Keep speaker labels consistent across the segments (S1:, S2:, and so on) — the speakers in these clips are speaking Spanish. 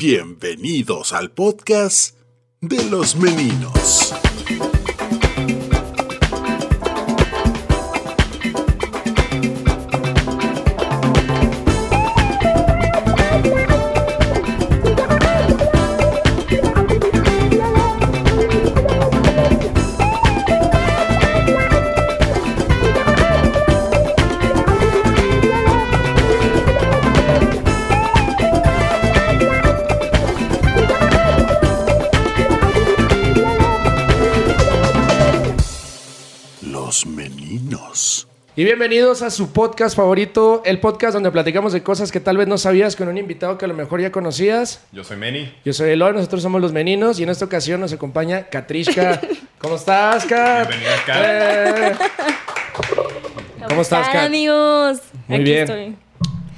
S1: Bienvenidos al podcast de los meninos. Los meninos.
S2: Y bienvenidos a su podcast favorito, el podcast donde platicamos de cosas que tal vez no sabías con un invitado que a lo mejor ya conocías.
S3: Yo soy Meni.
S2: Yo soy Eloy, nosotros somos los meninos y en esta ocasión nos acompaña Katrishka. ¿Cómo estás, Kat?
S3: Bienvenida, Kat.
S2: Ah. Eh, ¿Cómo estás, Kat?
S4: amigos?
S2: Muy
S4: Aquí
S2: bien.
S4: estoy.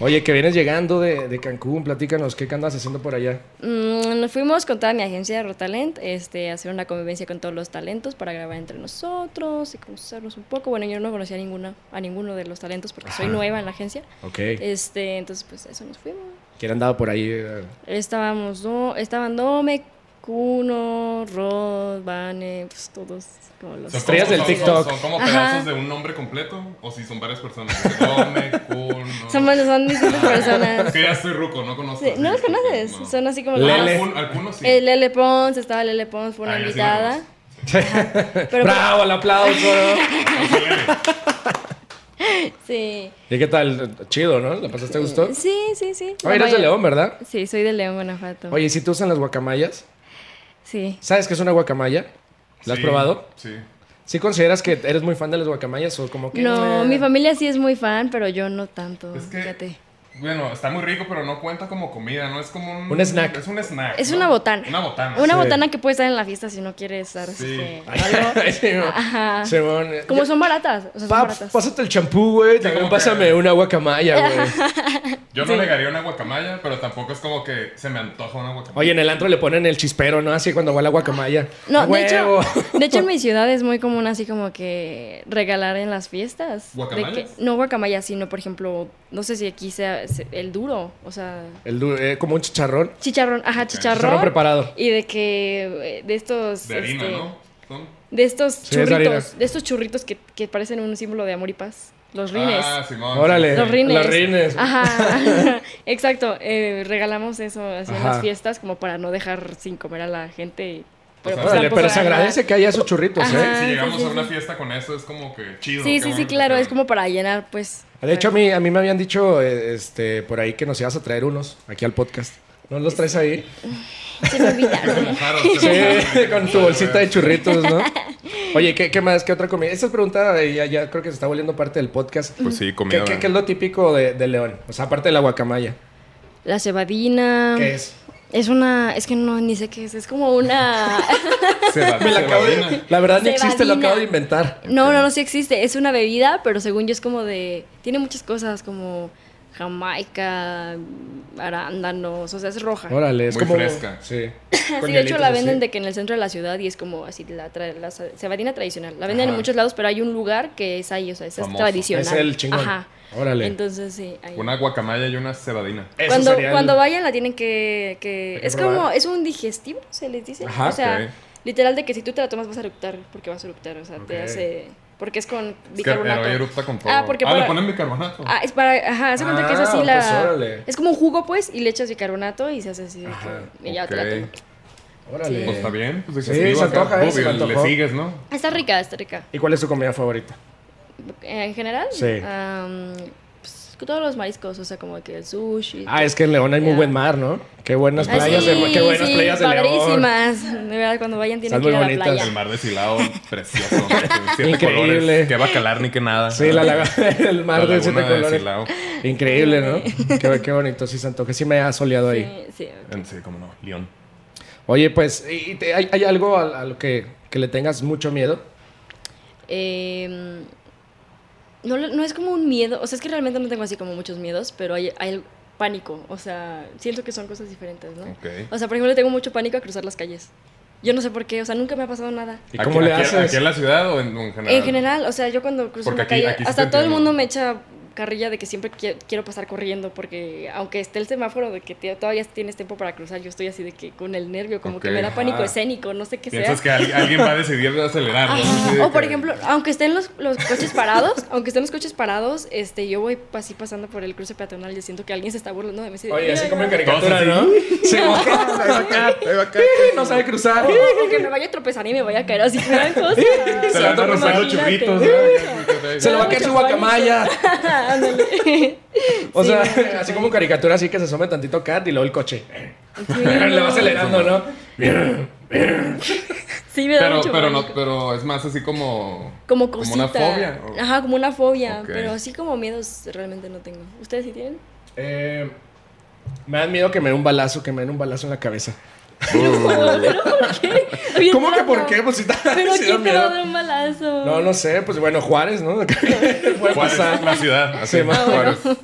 S2: Oye, que vienes llegando de, de Cancún, platícanos, ¿qué andas haciendo por allá?
S4: Mm, nos fuimos con toda mi agencia de Rotalent este, a hacer una convivencia con todos los talentos para grabar entre nosotros y conocernos un poco. Bueno, yo no conocía a, ninguna, a ninguno de los talentos porque soy nueva en la agencia.
S2: Ok,
S4: Este, entonces, pues a eso nos fuimos.
S2: ¿quién andaba por ahí? eh?
S4: Estábamos, do- estaban Dome, Kuno, Rod, Vane, pues todos como los...
S3: Son
S2: Estrellas
S3: como-
S2: del
S3: son-
S2: TikTok.
S3: Son, son como
S4: Ajá.
S3: pedazos de un nombre completo o si son varias personas. Porque Dome, Kuno.
S4: Son, son distintas
S3: Es
S4: personas.
S3: que ya soy ruco, no conozco.
S4: Sí, ¿No los conoces?
S3: No.
S4: Son así como...
S3: Ah,
S2: Lele.
S3: Al Kun- al Kuno sí.
S4: El Lele Pons, estaba Lele Pons, fue una
S3: Ah, ya sí lo
S4: invitada.
S3: conozco.
S4: Pero,
S2: ¡Bravo, el aplauso!
S4: Sí.
S2: ¿Y qué tal? Chido, ¿no? ¿La pasaste a gusto?
S4: Sí, sí, sí.
S2: Oye, eres de León, ¿verdad?
S4: Sí, soy de León, Guanajuato.
S2: Oye, ¿y si te usan las guacamayas?
S4: Sí.
S2: ¿Sabes qué es una guacamaya? ¿La has
S3: Sí,
S2: probado?
S3: Sí.
S2: ¿Sí consideras que eres muy fan de las guacamayas o como que...
S4: No,
S2: eh,
S4: mi familia sí es muy fan, pero yo no tanto.
S3: Es que-
S4: Fíjate.
S3: Bueno, está muy rico, pero no cuenta como comida, ¿no? Es como un...
S2: Un snack.
S3: Es un snack.
S4: Es
S3: ¿no?
S4: una botana.
S3: Una botana.
S4: Una
S2: Ah, Sí. Ah.
S4: botana que puede estar en la fiesta si no quieres estar.
S3: Sí.
S4: este,
S2: Simón.
S4: Ajá.
S2: Simón.
S4: Como son baratas. O sea, son
S2: Pa-
S4: baratas.
S2: pásate el champú, güey. También
S3: como que-
S2: pásame una guacamaya, güey.
S3: Yo no negaría una guacamaya, pero tampoco es como que se me antoja una guacamaya.
S2: Oye, en el antro le ponen el chispero, ¿no? Así cuando va la guacamaya.
S4: No, de
S2: ¡Huevo!
S4: hecho, de hecho en mi ciudad es muy común así como que regalar en las fiestas. De
S3: ¿Guacamayas?
S4: que- no guacamayas, sino por ejemplo, no sé si aquí sea se- el duro, o sea,
S2: El du- eh, como un chicharrón.
S4: chicharrón, ajá, chicharrón.
S2: Chicharrón preparado.
S4: Y de que eh, de estos
S3: De harina,
S4: este,
S3: ¿no? Son-
S4: de estos
S2: Sí, es de harina.
S4: churritos, de estos churritos que, que parecen un símbolo de amor y paz, los rines.
S3: Ah, Simón.
S2: Órale.
S4: los rines.
S2: los rines.
S4: Ajá. Exacto. eh, regalamos eso así en
S2: Ajá.
S4: las fiestas como para no dejar sin comer a la gente. Pero,
S3: sea,
S4: pues,
S2: Órale,
S4: tampoco
S2: pero se
S4: ganar.
S2: agradece que haya esos churritos,
S3: Si-
S2: ¿eh?
S4: Ajá.
S3: Si
S4: sí,
S3: llegamos
S4: sí,
S3: a una
S4: sí.
S3: fiesta con eso, es como que chido.
S4: Sí,
S3: qué
S4: sí, sí,
S3: bueno que
S4: claro.
S3: te-
S4: Es como para llenar, pues.
S2: De hecho, a mí, a mí me habían dicho eh, este, por ahí que nos ibas a traer unos aquí al podcast. ¿No los traes ahí?
S4: Se me olvidaron.
S3: Mojaros,
S2: Sí,
S3: te mojaron.
S2: con tu bolsita de churritos, ¿no? Oye, ¿qué, qué más? ¿Qué otra comida? Esa pregunta eh, ya, ya creo que se está volviendo parte del podcast.
S3: Pues sí,
S2: ¿Qué,
S3: comida.
S2: qué- qué es lo típico de, de León? O sea, aparte de la guacamaya.
S4: La cebadina.
S2: ¿Qué es?
S4: Es una. Es que no, ni sé qué es. Es como una.
S3: Ceba-
S2: Me la, acabo de-
S3: cebadina.
S2: la verdad ni existe, lo
S4: Cebadina.
S2: acabo de inventar.
S4: No, no, no, sí existe. Es una bebida, pero según yo es como de. Tiene muchas cosas como jamaica, arándanos, o sea, es roja.
S2: Órale, es
S3: Muy
S2: como...
S3: fresca.
S2: Sí.
S4: Sí, de hecho la venden de que en el centro de la ciudad y es como así la, tra- la sa- cebadina tradicional. La venden
S2: Ajá.
S4: en muchos lados, pero hay un lugar que es ahí, o sea, esa es
S3: Famoso.
S4: tradicional.
S2: Es el chingón.
S4: Ajá.
S2: Órale.
S4: Entonces sí, ahí.
S3: Una guacamaya y una cebadina.
S2: Eso
S4: Cuando,
S2: sería el-
S4: cuando vayan la tienen que... que-
S2: Hay que
S4: es como,
S2: probar.
S4: es un digestivo, se les dice.
S2: Ajá,
S4: o sea,
S3: ok.
S4: literal de que si tú te la tomas vas a eructar, porque vas a eructar, o sea,
S2: Ok.
S4: te hace... Porque es con
S3: Es que
S4: bicarbonato.
S3: pero erupta con todo.
S4: Ah, porque
S3: le
S4: para-
S3: ponen bicarbonato.
S4: Ah, es para, ajá, hace cuenta que es
S2: Ah,
S4: así
S2: pues,
S4: la...
S2: órale.
S4: Es como un jugo, pues, y le echas bicarbonato y se hace así. de que-
S2: Ajá,
S4: y ya te la
S3: ok.
S4: tomas.
S2: Órale.
S3: Pues está bien. Pues
S2: Sí,
S3: digestivo
S2: se
S3: acá.
S2: antoja, eh, se me
S3: Obvio, le
S2: antojó.
S3: sigues, ¿no?
S4: Está rica, está rica.
S2: ¿Y cuál es tu comida favorita?
S4: ¿En general?
S2: Sí.
S4: Am, pues, todos los mariscos, o sea, como que el sushi.
S2: Ah, es que en León hay muy
S4: Ya.
S2: buen mar, ¿no? Qué buenas
S4: Ah,
S2: playas,
S4: sí,
S2: de, qué buenas
S4: sí,
S2: playas de León.
S4: padrísimas. De verdad, cuando vayan tienen
S2: Están
S4: que ir
S2: muy
S4: a la
S2: bonitas.
S4: playa.
S3: El mar deshilado, precioso. de siete
S2: Increíble.
S3: colores, Que bacalar ni que nada.
S2: Sí, la, laga- el mar
S3: La
S2: de siete
S3: laguna de
S2: colores.
S3: Silao.
S2: Increíble, ¿no? qué, qué bonito, sí, Santo, que sí me ha soleado ahí.
S4: Sí, sí.
S3: En- Sí, como no, León.
S2: Oye, pues, ¿y te- hay, hay algo a, a lo que, que le tengas mucho miedo?
S4: Em, no, le- no es como un miedo, o sea, es que realmente no tengo así como muchos miedos, pero hay, hay el pánico, o sea, siento que son cosas diferentes, ¿no?
S3: Ok.
S4: O sea, por ejemplo, le tengo mucho pánico a cruzar las calles. Yo no sé por qué, o sea, nunca me ha pasado nada.
S2: ¿Y cómo le haces?
S3: ¿Aquí en la ciudad o en, o en general?
S4: En general, o sea, yo cuando cruzo
S3: Porque
S4: una
S3: aquí-
S4: calle,
S3: aquí sí te
S4: hasta todo el
S3: entiendo.
S4: mundo me echa carrilla de que siempre qui- quiero pasar corriendo porque aunque esté el semáforo de que te- todavía tienes tiempo para cruzar, yo estoy así de que con el nervio, como que
S3: Ok,
S4: me da pánico
S3: ah.
S4: escénico, no sé qué sea.
S3: Piensas que al- alguien va a decidir de acelerar. ¿no?
S4: Ajá.
S3: Así de
S4: O por
S3: que-
S4: ejemplo, aunque estén los, los coches parados, aunque estén los coches parados, este, yo voy así pasando por el cruce peatonal y siento que alguien se está burlando de mí. así de,
S2: Oye, así
S4: "Mira,
S2: como en
S4: mira,
S2: caricatura, ¿no?
S3: Todos
S2: Se moja, ahí va acá, ahí va acá. No sabe cruzar.
S4: o que me vaya a tropezar y me vaya a caer así, gran cosa.
S3: Se le van a rozar los
S4: Imagínate.
S3: churritos. ¿no?
S2: Se le va a caer su guacamaya.
S4: Ándale.
S2: O
S4: Sí,
S2: sea,
S4: me da
S2: así
S4: pánico.
S2: como caricatura, así que se asome tantito Kat y luego el coche.
S4: Sí,
S2: Le va
S4: no.
S2: acelerando, ¿no?
S4: Sí, me da
S3: Pero,
S4: mucho
S3: pero, no,
S4: pánico.
S3: pero es más así como.
S4: Como
S3: como
S4: cosita.
S3: una fobia, o-
S4: Ajá, como una fobia.
S3: Ok.
S4: Pero así como miedos realmente no tengo. ¿Ustedes sí tienen?
S2: Eh, me dan miedo que me den un balazo, que me den un balazo en la cabeza.
S4: ¿Pero por qué? Bien
S2: ¿Cómo que
S4: raro.
S2: por qué? Pues si da-
S4: ¿Pero
S2: si da
S4: quién te va a
S2: miedo.
S4: dar un balazo?
S2: No, no sé, pues bueno, Juárez, ¿no? Puede
S3: ¿Cuál es
S2: pasar.
S3: la ciudad? Así,
S2: Sí, más o
S4: Ah,
S3: ¿cuál es?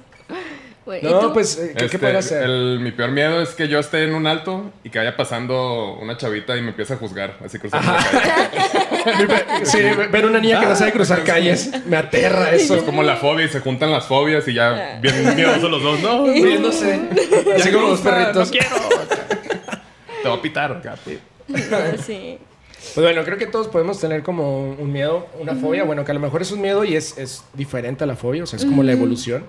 S4: Bueno, ¿y
S2: No,
S4: tú?
S2: pues, eh, ¿qué,
S3: Este,
S2: puede hacer?
S3: el- mi peor miedo es que yo esté en un alto y que vaya pasando una chavita y me empiece a juzgar, así cruzando la calle.
S2: Sí, ve- ver una niña que no sabe cruzar calles, me aterra
S3: Eso es
S2: eso.
S3: como la fobia y se juntan las fobias y ya
S4: Ah.
S3: bien miedosos los dos. No, no,
S2: Riéndose. Así como los perritos.
S3: te va a pitar. capi.
S2: eh.
S4: Ah, sí.
S2: Pues bueno, creo que todos podemos tener como un miedo, una fobia. Bueno, que a lo mejor es un miedo y es, es diferente a la fobia, o sea, es como la evolución.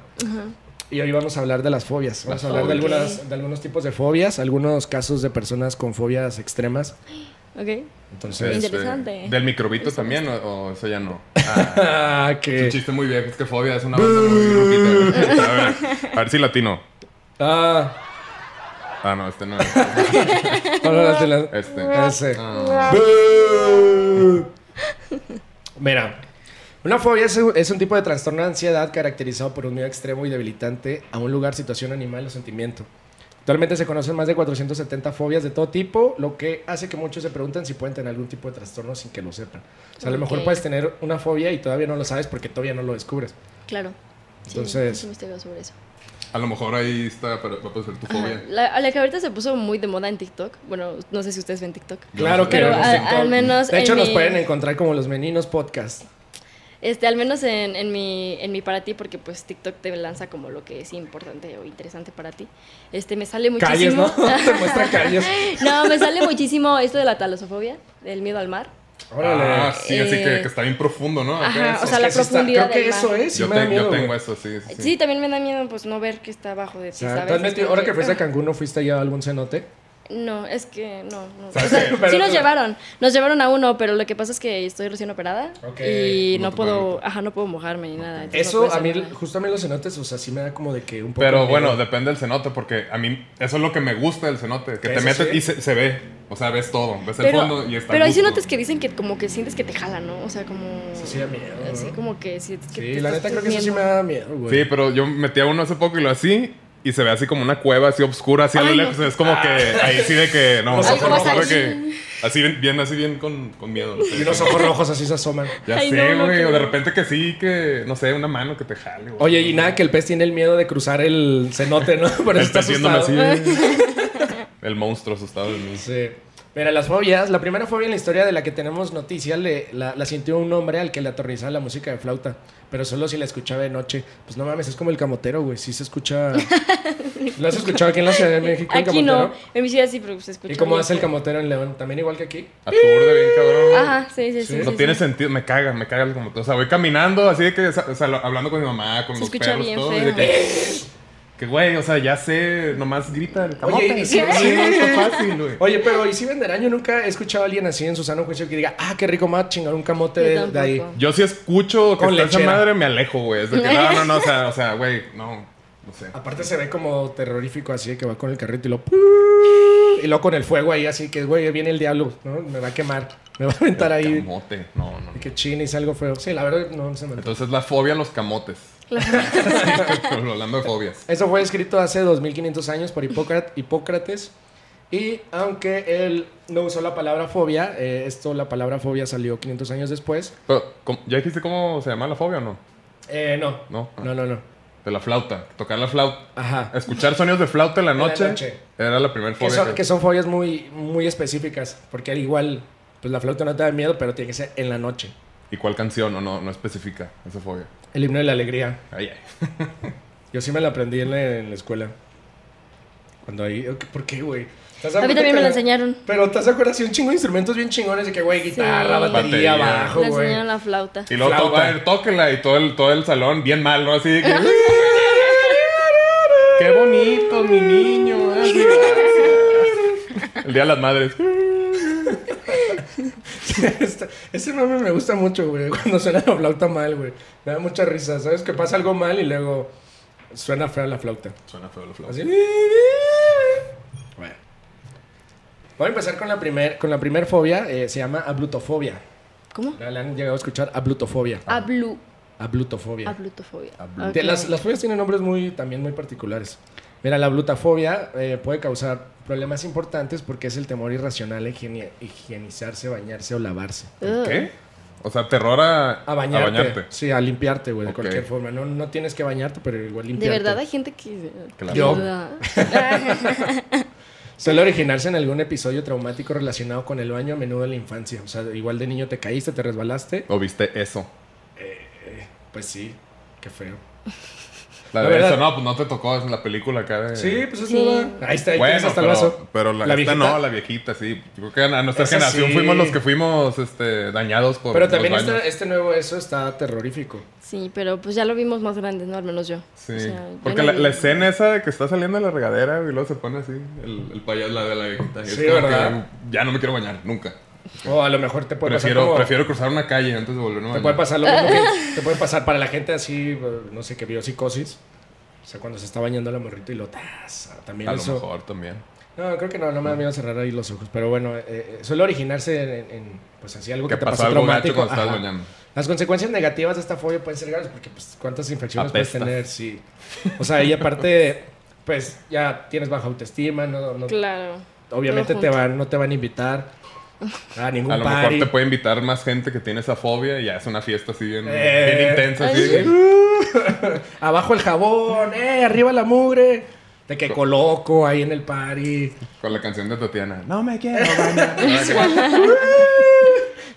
S2: Y hoy vamos a hablar de las fobias. Vamos
S3: Las
S2: a hablar de,
S3: fobias.
S2: algunas, de algunos tipos de fobias, algunos casos de personas con fobias extremas.
S4: Ok.
S2: Entonces,
S3: Este,
S4: Interesante.
S3: ¿Del microbito también o, o eso ya no?
S2: ah,
S3: Es un
S2: que.
S3: chiste muy viejo, es que fobia es una banda muy grupita. A ver, a ver si latino.
S2: Ah,
S3: Ah, no, este no.
S2: no, no, las de las-
S3: Este.
S2: ese.
S3: Ah,
S2: Mira, una fobia es, es un tipo de trastorno de ansiedad caracterizado por un miedo extremo y debilitante a un lugar, situación, animal o sentimiento. Actualmente se conocen más de 470 fobias de todo tipo, lo que hace que muchos se pregunten si pueden tener algún tipo de trastorno sin que lo sepan. O sea, a lo mejor
S4: Ok.
S2: puedes tener una fobia y todavía no lo sabes porque todavía no lo descubres.
S4: Claro. Sí,
S2: Entonces-
S4: sí me estoy sobre eso.
S3: a lo mejor ahí está, pero va a ser tu
S4: Ajá.
S3: fobia.
S4: La, a la que ahorita se puso muy de moda en TikTok. Bueno, no sé si ustedes ven TikTok.
S2: Claro que
S4: Pero
S2: vemos
S4: al,
S2: TikTok.
S4: al menos.
S2: De hecho,
S4: en
S2: nos
S4: mi-
S2: pueden encontrar como los meninos podcast.
S4: Este, al menos en, en mi, en mi para ti, porque pues TikTok te lanza como lo que es importante o interesante para ti. Este, me sale muchísimo.
S2: Calles, ¿no? Te muestra calles.
S4: No, me sale muchísimo esto de la talosofobia, del miedo al mar.
S2: Órale.
S3: Ah, sí, así que,
S4: Eh,
S3: que está bien profundo, ¿no? Acá
S4: ajá,
S3: es-
S4: o sea,
S2: Es
S4: la
S2: que sí está-
S4: profundidad
S2: Creo que
S4: del mar.
S2: eso es, sí
S3: yo,
S2: me
S3: te-
S2: da miedo,
S3: yo
S2: güey.
S3: tengo eso, sí. sí,
S4: Sí,
S3: sí.
S4: también me da miedo pues no ver que está abajo de
S2: O
S4: ti,
S2: sea,
S4: ¿sabes?
S2: ¿te has
S4: Es
S2: metido-
S4: como
S2: ahora
S4: que-
S2: que fuiste a Cancún, ¿no fuiste allá a algún cenote?
S4: No, es que no, no. O
S3: ¿Sabes
S4: sea,
S3: qué?
S2: Pero-
S4: sí nos llevaron, nos llevaron a uno, pero lo que pasa es que estoy recién operada
S2: Ok.
S4: y
S3: No
S4: no,
S3: te pueden
S4: puedo,
S3: meter.
S4: ajá, no puedo mojarme ni nada. entonces no
S2: Eso,
S4: puedo
S2: a
S4: hacer
S2: mí,
S4: nada.
S2: justo a mí los cenotes, o sea, sí me da como de que un poco.
S3: Pero
S2: de
S3: bueno,
S2: miedo.
S3: depende del cenote, porque a mí eso es lo que me gusta del cenote, que te
S2: Eso
S3: metes
S2: sí.
S3: y se, se ve, o sea, ves todo, ves el fondo y está
S4: pero hay
S3: justo.
S4: cenotes que dicen que como que sientes que te jalan, ¿no? O sea, como...
S2: Eso sí da miedo, ¿no?
S4: Así como que sientes que
S2: Sí,
S4: te
S2: la
S4: estás
S2: neta creo que eso sí me
S4: durmiendo.
S2: da miedo, güey.
S3: Sí, pero yo metí a uno hace poco y lo así y se ve así como una cueva así oscura, así a lo
S4: Ay, no.
S3: lejos, es como que ahí sí de que no,
S2: Ah. Los
S3: no,
S2: ojos
S3: no,
S2: rojos.
S3: de que así bien, bien, así bien con, con miedo. no sé.
S2: Y unos ojos rojos así se asoman.
S3: Ya
S4: Ay,
S3: sé,
S4: no,
S3: güey,
S4: no
S3: o de
S4: creo.
S3: repente que sí, que no sé, una mano que te jale. güey.
S2: Oye, y nada, que el pez tiene el miedo de cruzar el cenote, ¿no? Por
S3: Él
S2: eso está
S3: haciéndome
S2: asustado.
S3: así, El monstruo asustado de mí.
S2: Sí. Mira, las fobias, la primera fobia en la historia de la que tenemos noticia le- la, la sintió un hombre al que le aterrorizaba la música de flauta, pero solo si la escuchaba de noche. Pues no mames, es como el camotero, güey, sí se escucha... ¿Lo has escuchado aquí en la Ciudad de México? el
S4: Aquí
S2: camotero?
S4: no, en mi ciudad sí, pero se escucha.
S2: ¿Y cómo
S4: bien.
S2: hace el camotero en León? ¿También igual que aquí?
S3: Aturde bien, cabrón.
S4: Ajá, sí, sí, sí.
S2: Sí.
S4: sí,
S3: No
S4: sí.
S3: tiene sentido, me caga, me caga el como O sea, voy caminando así de que, o sea, lo- hablando con mi mamá, con
S4: Se
S3: los
S4: escucha
S3: perros,
S4: bien
S3: todo.
S4: feo.
S3: y de que, que, güey, o sea, ya sé, nomás grita el camote.
S2: Oye, y si-
S3: Sí, está fácil, güey.
S2: Oye, pero ¿y si venderán? Yo nunca he escuchado a alguien así en su sano juicio que diga, ah, qué rico más chingar un camote
S4: Yo
S2: de, de ahí.
S4: tampoco.
S3: Yo si escucho que
S2: Con
S3: está esa
S2: lechera.
S3: madre, me alejo, güey. Es de que, no, no, no, o sea, o sea, güey, no, no sé.
S2: Aparte se ve como terrorífico así de que va con el carrito y lo... Y luego con el fuego ahí así que, güey, viene el diablo, ¿no? Me va a quemar, me va a aventar ahí.
S3: Camote, no, no. no.
S2: Y Que china y algo feo. Sí, la verdad no se me antoja.
S3: Entonces la fobia a los camotes. Hablando de fobias.
S2: Eso fue escrito hace 2500 años por Hipócrat- Hipócrates. Y aunque él no usó la palabra fobia, eh, esto, la palabra fobia salió 500 años después.
S3: Pero, ¿cómo- ¿ya dijiste cómo se llama la fobia o no?
S2: Eh, no.
S3: No.
S2: No, no, no.
S3: De la flauta, tocar la flauta.
S2: Ajá.
S3: Escuchar sonidos de flauta en la
S2: En la
S3: noche,
S2: noche.
S3: era la primera
S2: Que
S3: fobia.
S2: son,
S3: que-
S2: que son fobias muy, muy específicas, porque al igual, pues la flauta no te da miedo, pero tiene que ser en la noche.
S3: ¿Y cuál canción? O no, no especifica esa fobia.
S2: El himno de la alegría.
S3: Ay, ay.
S2: Yo sí me la aprendí en la, en la escuela. Cuando ahí. ¿Por qué, güey? ¿Te das
S4: A mí
S2: cuenta
S4: también
S2: que
S4: me la
S2: la-
S4: enseñaron.
S2: Pero te has acuerdas, sí, un chingo de instrumentos bien chingones de que, güey, guitarra,
S4: Sí.
S2: batería,
S3: Batería.
S2: bajo,
S4: Me
S2: güey.
S4: enseñaron la flauta.
S3: Y luego
S2: Flauta.
S3: to- a ver, tóquenla y todo el, todo el salón bien mal, ¿no? Así de que. ¡Qué bonito, mi niño! ay, gracias". El día de las madres.
S2: Esta- Ese meme me gusta mucho, güey. Cuando suena la flauta mal, güey. Me da mucha risa. ¿Sabes? Que pasa algo mal y luego suena fea la flauta.
S3: Suena feo la
S2: Así. Bueno. Voy a empezar con la primer, con la primer fobia. eh, se llama ablutofobia.
S4: ¿Cómo?
S2: ¿La, la han llegado a escuchar? Ablutofobia.
S4: Ablu.
S2: Ablutofobia.
S4: Ablutofobia.
S3: Ablu-
S4: Ok.
S2: Te- Las, las fobias tienen nombres muy, también muy particulares. Mira, la glutafobia eh, puede causar problemas importantes porque es el temor irracional a higieni- higienizarse, bañarse o lavarse.
S4: Ugh.
S3: ¿Qué? O sea, terror a,
S2: A bañarte.
S3: a bañarte.
S2: Sí, a limpiarte, güey, de
S3: Ok.
S2: cualquier forma. No, no tienes que bañarte, pero igual
S4: De
S2: limpiarte.
S4: verdad hay gente que...
S3: Claro.
S2: Yo.
S4: De verdad.
S2: Suele originarse en algún episodio traumático relacionado con el baño a menudo en la infancia. O sea, igual de niño te caíste, te resbalaste.
S3: ¿O viste eso?
S2: Pues sí, qué feo.
S3: La,
S2: La
S3: de
S2: verdad.
S3: eso, no, pues no te tocó en la película acá de.
S2: Sí, pues es
S4: Sí.
S2: nueva. Ahí está, ahí tienes
S3: Bueno,
S2: hasta
S3: pero,
S2: el vaso.
S3: pero la,
S2: La
S3: esta
S2: viejita.
S3: no, la viejita, sí. Yo creo que a nuestra
S2: Esa
S3: generación
S2: sí.
S3: fuimos los que fuimos este, dañados por.
S2: Pero
S3: los
S2: también
S3: baños.
S2: este, este nuevo eso está terrorífico.
S4: Sí, pero pues ya lo vimos más grandes, ¿no? Al menos yo.
S3: Sí,
S4: O sea, yo
S3: porque
S4: no
S3: la,
S4: vi-
S3: la escena esa de que está saliendo de la regadera y luego se pone así el, el payaso, la de la viejita. y es
S2: Sí,
S3: como
S2: ¿verdad?
S3: que ya no me quiero bañar, nunca.
S2: O a lo mejor te puede
S3: Prefiero,
S2: pasar como-
S3: prefiero cruzar una calle antes de volverme a
S2: Te
S3: bañar.
S2: puede pasar lo mismo que te puede pasar para la gente así, eh, no sé, que vio psicosis. O sea, cuando se está bañando la morrito y lo tas. ah, También
S3: A lo
S2: eso.
S3: mejor también.
S2: No, creo que no, no me da miedo cerrar ahí los ojos. Pero bueno, eh, eh, suele originarse en, en, pues así algo que,
S3: Que
S2: te
S3: pasó
S2: pasó
S3: algo gacho
S2: traumático.
S3: cuando estabas
S2: Ajá.
S3: bañando.
S2: Las consecuencias negativas de esta fobia pueden ser graves porque pues cuántas infecciones
S3: Apestas.
S2: puedes tener, sí. O sea, y aparte, pues ya tienes baja autoestima, no, no-
S4: Claro.
S2: obviamente
S4: todo
S2: te
S4: junto.
S2: van, no te van a invitar a ningún
S3: A lo
S2: party.
S3: mejor te puede invitar más gente que tiene esa fobia y ya es una fiesta así bien,
S2: Eh.
S3: bien intensa. Así,
S4: Ay.
S3: de que-
S2: Abajo el jabón, eh, arriba la mugre. De que coloco ahí en el party.
S3: con la canción de Tatiana. No,
S1: No me quiero bañar.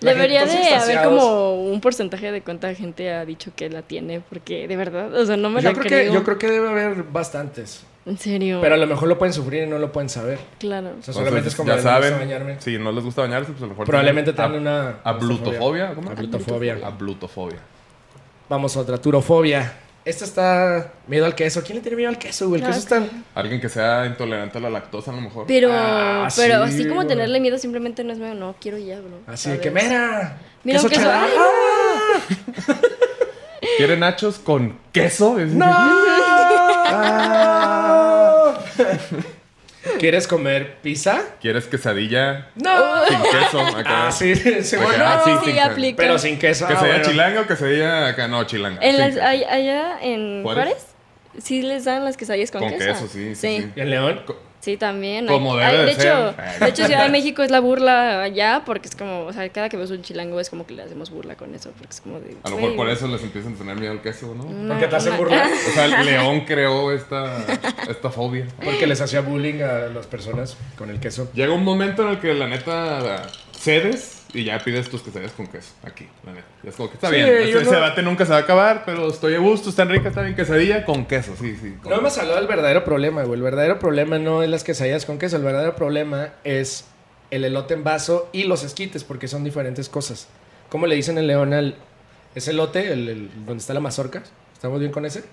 S2: La
S4: Debería
S2: gente,
S4: de
S2: todos
S4: haber
S2: extasiados.
S4: como un porcentaje de cuánta gente ha dicho que la tiene, porque de verdad, o sea, no me
S2: Yo
S4: la
S2: creo,
S4: creo.
S2: que, yo creo que debe haber bastantes.
S4: En serio.
S2: Pero a lo mejor lo pueden sufrir y no lo pueden saber.
S4: Claro.
S2: O sea, solamente es como
S3: ya
S2: de, "No me gusta
S3: saben,
S2: bañarme".
S3: si no les gusta bañarse, pues a lo mejor
S2: Probablemente
S3: tienen
S2: tengan
S3: ab-
S2: una-
S3: ablutofobia, ¿cómo?
S2: Ablutofobia.
S3: Ablutofobia.
S2: Vamos a otra, turofobia. Esta está miedo al queso. ¿Quién le tiene miedo al queso, güey? El
S4: Claro.
S2: queso es tan...
S3: Alguien que sea intolerante a la lactosa a lo mejor.
S4: Pero,
S2: Ah,
S4: pero
S2: sí,
S4: así como
S2: güey.
S4: tenerle miedo simplemente no es medio, no, quiero ya, bro.
S2: Así
S4: A
S2: de que,
S4: ver.
S2: mira.
S4: Mira un queso,
S2: cheddar.
S4: ay,
S2: Ah.
S3: ¿Quiere nachos con queso?
S2: ¡Ah! ¡No! ¿Quieres comer pizza?
S3: ¿Quieres quesadilla
S2: No.
S3: sin queso? Acá.
S2: oh". Ah, sí, sí,
S3: Acá,
S2: bueno,
S3: ah, sí,
S4: sí,
S3: sí,
S4: aplica.
S2: Pero sin queso.
S3: Que
S2: Ah,
S3: sería
S2: bueno.
S3: chilanga o que sería acá no chilanga.
S4: En
S3: sin
S4: las,
S3: queso.
S4: ay- allá en
S3: ¿Juárez?
S4: Juárez? sí les dan las quesadillas con,
S3: Con queso, sí, sí, sí.
S2: ¿Y en León?
S4: Sí, también.
S3: Como debe de ser.
S4: hecho,
S3: Ay, no.
S4: de hecho, Ciudad de México es la burla allá porque es como, o sea, cada que vemos un chilango es como que le hacemos burla con eso porque es como de...
S3: A lo mejor
S4: "Güey,
S3: por eso les empiezan a tener miedo al queso, ¿no?
S4: una-
S2: Porque te hacen
S4: una-
S2: burla.
S3: O sea, el León creó esta, esta fobia.
S2: Porque les hacía bullying a las personas con el queso.
S3: Llega un momento en el que la neta cedes y ya pides tus quesadillas con queso. Aquí, la neta. Ya es como que está
S2: Sí,
S3: bien.
S2: yo
S3: Ese, ese
S2: no-
S3: debate nunca se va a acabar, pero estoy a gusto, está rica, está bien quesadilla con queso. Sí, sí. con
S2: No hemos hablado del verdadero problema, güey. El verdadero problema no es las quesadillas con queso. El verdadero problema es el elote en vaso y los esquites, porque son diferentes cosas. ¿Cómo le dicen en León al. Es elote, el, el- donde está la mazorca. ¿Estamos bien con ese?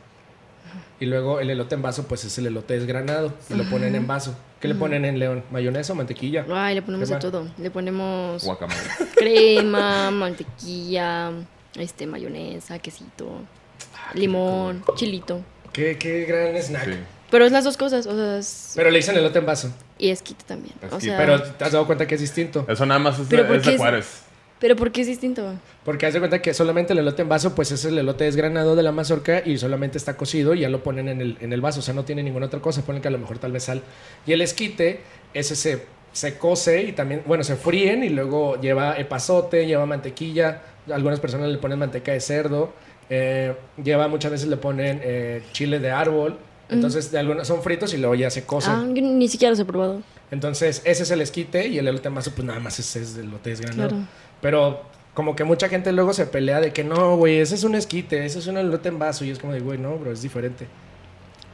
S2: Y luego el elote en vaso, pues es el elote desgranado. Y lo ponen en vaso. ¿Qué le ponen en León? ¿Mayonesa o mantequilla?
S4: Ay, le ponemos
S2: ¿Qué
S4: de
S2: más?
S4: todo. Le ponemos
S3: Guacamole.
S4: crema, mantequilla, este, mayonesa, quesito,
S3: Ah,
S4: limón, chilito.
S2: Qué, qué gran snack.
S3: Sí.
S4: Pero es las dos cosas, o sea, es-
S2: Pero le dicen elote en vaso.
S4: y esquite también.
S3: Esquite.
S4: O sea,
S2: Pero
S4: pero,
S2: te has dado cuenta que es distinto.
S3: Eso nada más es,
S4: Pero
S3: de-
S4: ¿por
S3: es
S4: qué
S3: de
S4: es-
S3: Juárez.
S4: ¿por qué es distinto?
S2: Porque haz de cuenta que solamente el elote en vaso, pues es el elote desgranado de la mazorca y solamente está cocido y ya lo ponen en el, en el vaso. O sea, no tiene ninguna otra cosa. Ponen que a lo mejor tal vez sal. Y el esquite, ese se, se cose y también, bueno, se fríen y luego lleva epazote, lleva mantequilla. Algunas personas le ponen manteca de cerdo. eh, lleva, muchas veces le ponen eh, chile de árbol. Entonces, de algunas son fritos y luego ya se cocen.
S4: Ah, yo ni siquiera los he probado.
S2: Entonces, ese es el esquite y el elote en vaso, pues nada más es, es el elote desgranado.
S4: Claro.
S2: Pero como que mucha gente luego se pelea de que no, güey, ese es un esquite, ese es una elote en vaso. Y es como de, güey, no, bro, es diferente.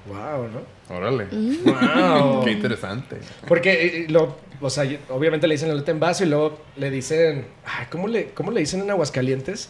S2: Wow, ¿no?
S3: Órale.
S2: Wow.
S3: Qué interesante.
S2: Porque eh, lo, o sea, yo- obviamente le dicen elote en vaso y luego le dicen, ay, ¿cómo le, cómo le dicen en Aguascalientes?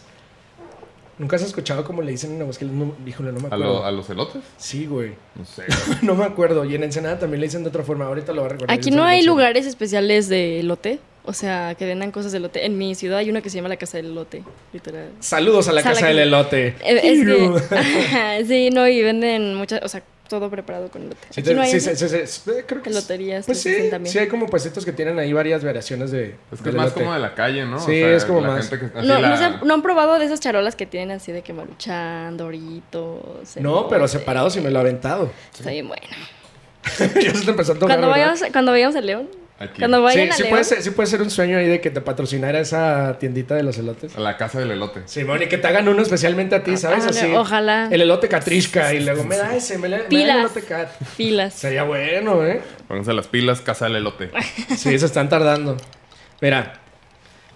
S2: Nunca has escuchado cómo le dicen en Aguascalientes. No, híjole, no me
S3: ¿A,
S2: acuerdo.
S3: lo- a los elotes?
S2: Sí, güey.
S3: No sé.
S2: No me acuerdo. Y en Ensenada también le dicen de otra forma. Ahorita lo voy a recordar.
S4: Aquí no hay lugares especiales de elote. O sea, que vendan cosas de elote. En mi ciudad hay una que se llama la Casa del Elote, literal.
S2: Saludos a la
S4: O sea, la
S2: casa
S4: que-
S2: del elote.
S4: Eh, es que-
S2: Iu.
S4: Ajá, sí, no, y venden muchas, o sea, todo preparado con elote. Aquí no hay
S2: Sí,
S4: eso.
S2: sí, sí, sí, eh, creo que sí.
S4: Eloterías,
S2: Pues
S4: les
S2: sí,
S4: dicen también.
S2: sí hay como puestitos que tienen ahí varias variaciones de.
S3: Es que
S2: del
S3: es más
S2: elote.
S3: como de la calle, ¿no?
S2: Sí, es como
S3: la
S2: más.
S3: gente que- así
S4: No,
S3: la-
S4: no, se han, no han probado de esas charolas que tienen así de que maruchan, doritos.
S2: No, pero ¿eh?
S4: elote?
S2: separado sí me lo ha aventado.
S4: Está bien bueno.
S2: ya se te empezó a tocar.
S4: Cuando
S2: ¿verdad?
S4: vayamos, cuando vayamos a León.
S3: Aquí.
S4: Cuando
S2: Sí,
S4: vayan a
S2: sí
S4: León.
S2: puede, ser, sí puede ser un sueño ahí de que te patrocinara esa tiendita de los elotes.
S3: A la casa del elote.
S2: Simón, y que te hagan uno especialmente a ti, ¿sabes?
S4: Ah,
S2: Así.
S4: ojalá.
S2: El elote catrisca y luego me da ese, me, le- me da el
S4: Pilas.
S2: elote cat.
S4: Filas.
S2: Sería bueno, ¿eh?
S3: Pónganse las pilas, casa del elote.
S2: Sí, se están tardando. Mira,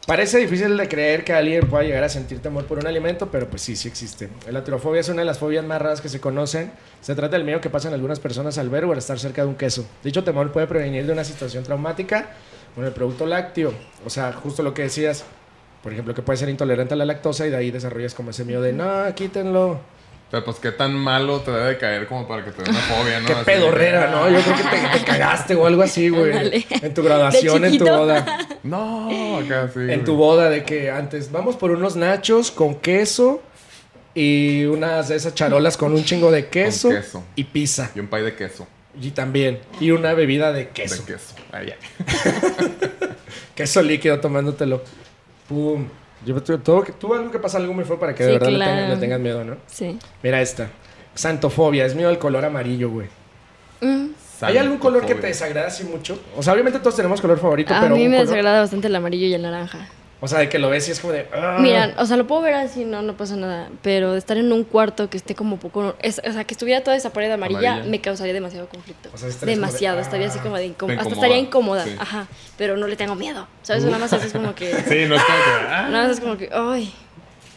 S2: parece difícil de creer que alguien pueda llegar a sentir temor por un alimento, pero pues sí, sí existe. La atrofobia es una de las fobias más raras que se conocen. Se trata del miedo que pasan algunas personas al ver o al estar cerca de un queso. Dicho temor puede provenir de una situación traumática con el producto lácteo. O sea, justo lo que decías, por ejemplo, que puede ser intolerante a la lactosa y de ahí desarrollas como ese miedo de, no, quítenlo.
S3: Pero pues qué tan malo te debe de caer como para que te dé una fobia, ¿no?
S2: Qué
S3: Así de- "Ah,
S2: pedorrera, ¿no? Yo creo que te, te cagaste o algo así, güey.
S4: Ándale.
S2: En tu graduación, en tu
S4: chiquito.
S2: boda.
S3: No, acá sí.
S2: En
S3: güey.
S2: tu boda de que antes vamos por unos nachos con queso y unas de esas charolas con un chingo de queso,
S3: queso.
S2: y pizza.
S3: Y un pay de queso.
S2: Y también, y una bebida de queso.
S3: De queso. Ahí, ya.
S2: Queso líquido tomándotelo. Pum. Yo, tú, todo, tú algo que pasa algo muy feo para que de
S4: Sí,
S2: verdad le
S4: claro.
S2: tengan- le tengan miedo, ¿no?
S4: Sí.
S2: Mira esta. Xantofobia, es miedo al color amarillo, güey.
S4: Mm.
S2: ¿Hay algún color que te
S3: Xantofobia.
S2: desagrada así mucho? O sea, obviamente todos tenemos color favorito,
S4: A
S2: pero
S4: mí
S2: un
S4: me
S2: color-
S4: desagrada bastante el amarillo y el naranja.
S2: O sea, de que lo ves y es como de... "Ah".
S4: Mira, o sea, lo puedo ver así, no, no pasa nada. Pero de estar en un cuarto que esté como poco. es- o sea, que estuviera toda esa pared amarilla,
S3: Amarilla.
S4: me causaría demasiado conflicto.
S2: O sea, estarías como de,
S4: demasiado,
S2: "Ah".
S4: estaría así como de incómoda.
S3: Te
S4: Hasta
S3: incomoda,
S4: estaría incómoda,
S3: sí.
S4: ajá. Pero no le tengo miedo. ¿Sabes? Nada más así es como que.
S3: Sí, no es como que, ah,
S4: Nada más es como que. Ay.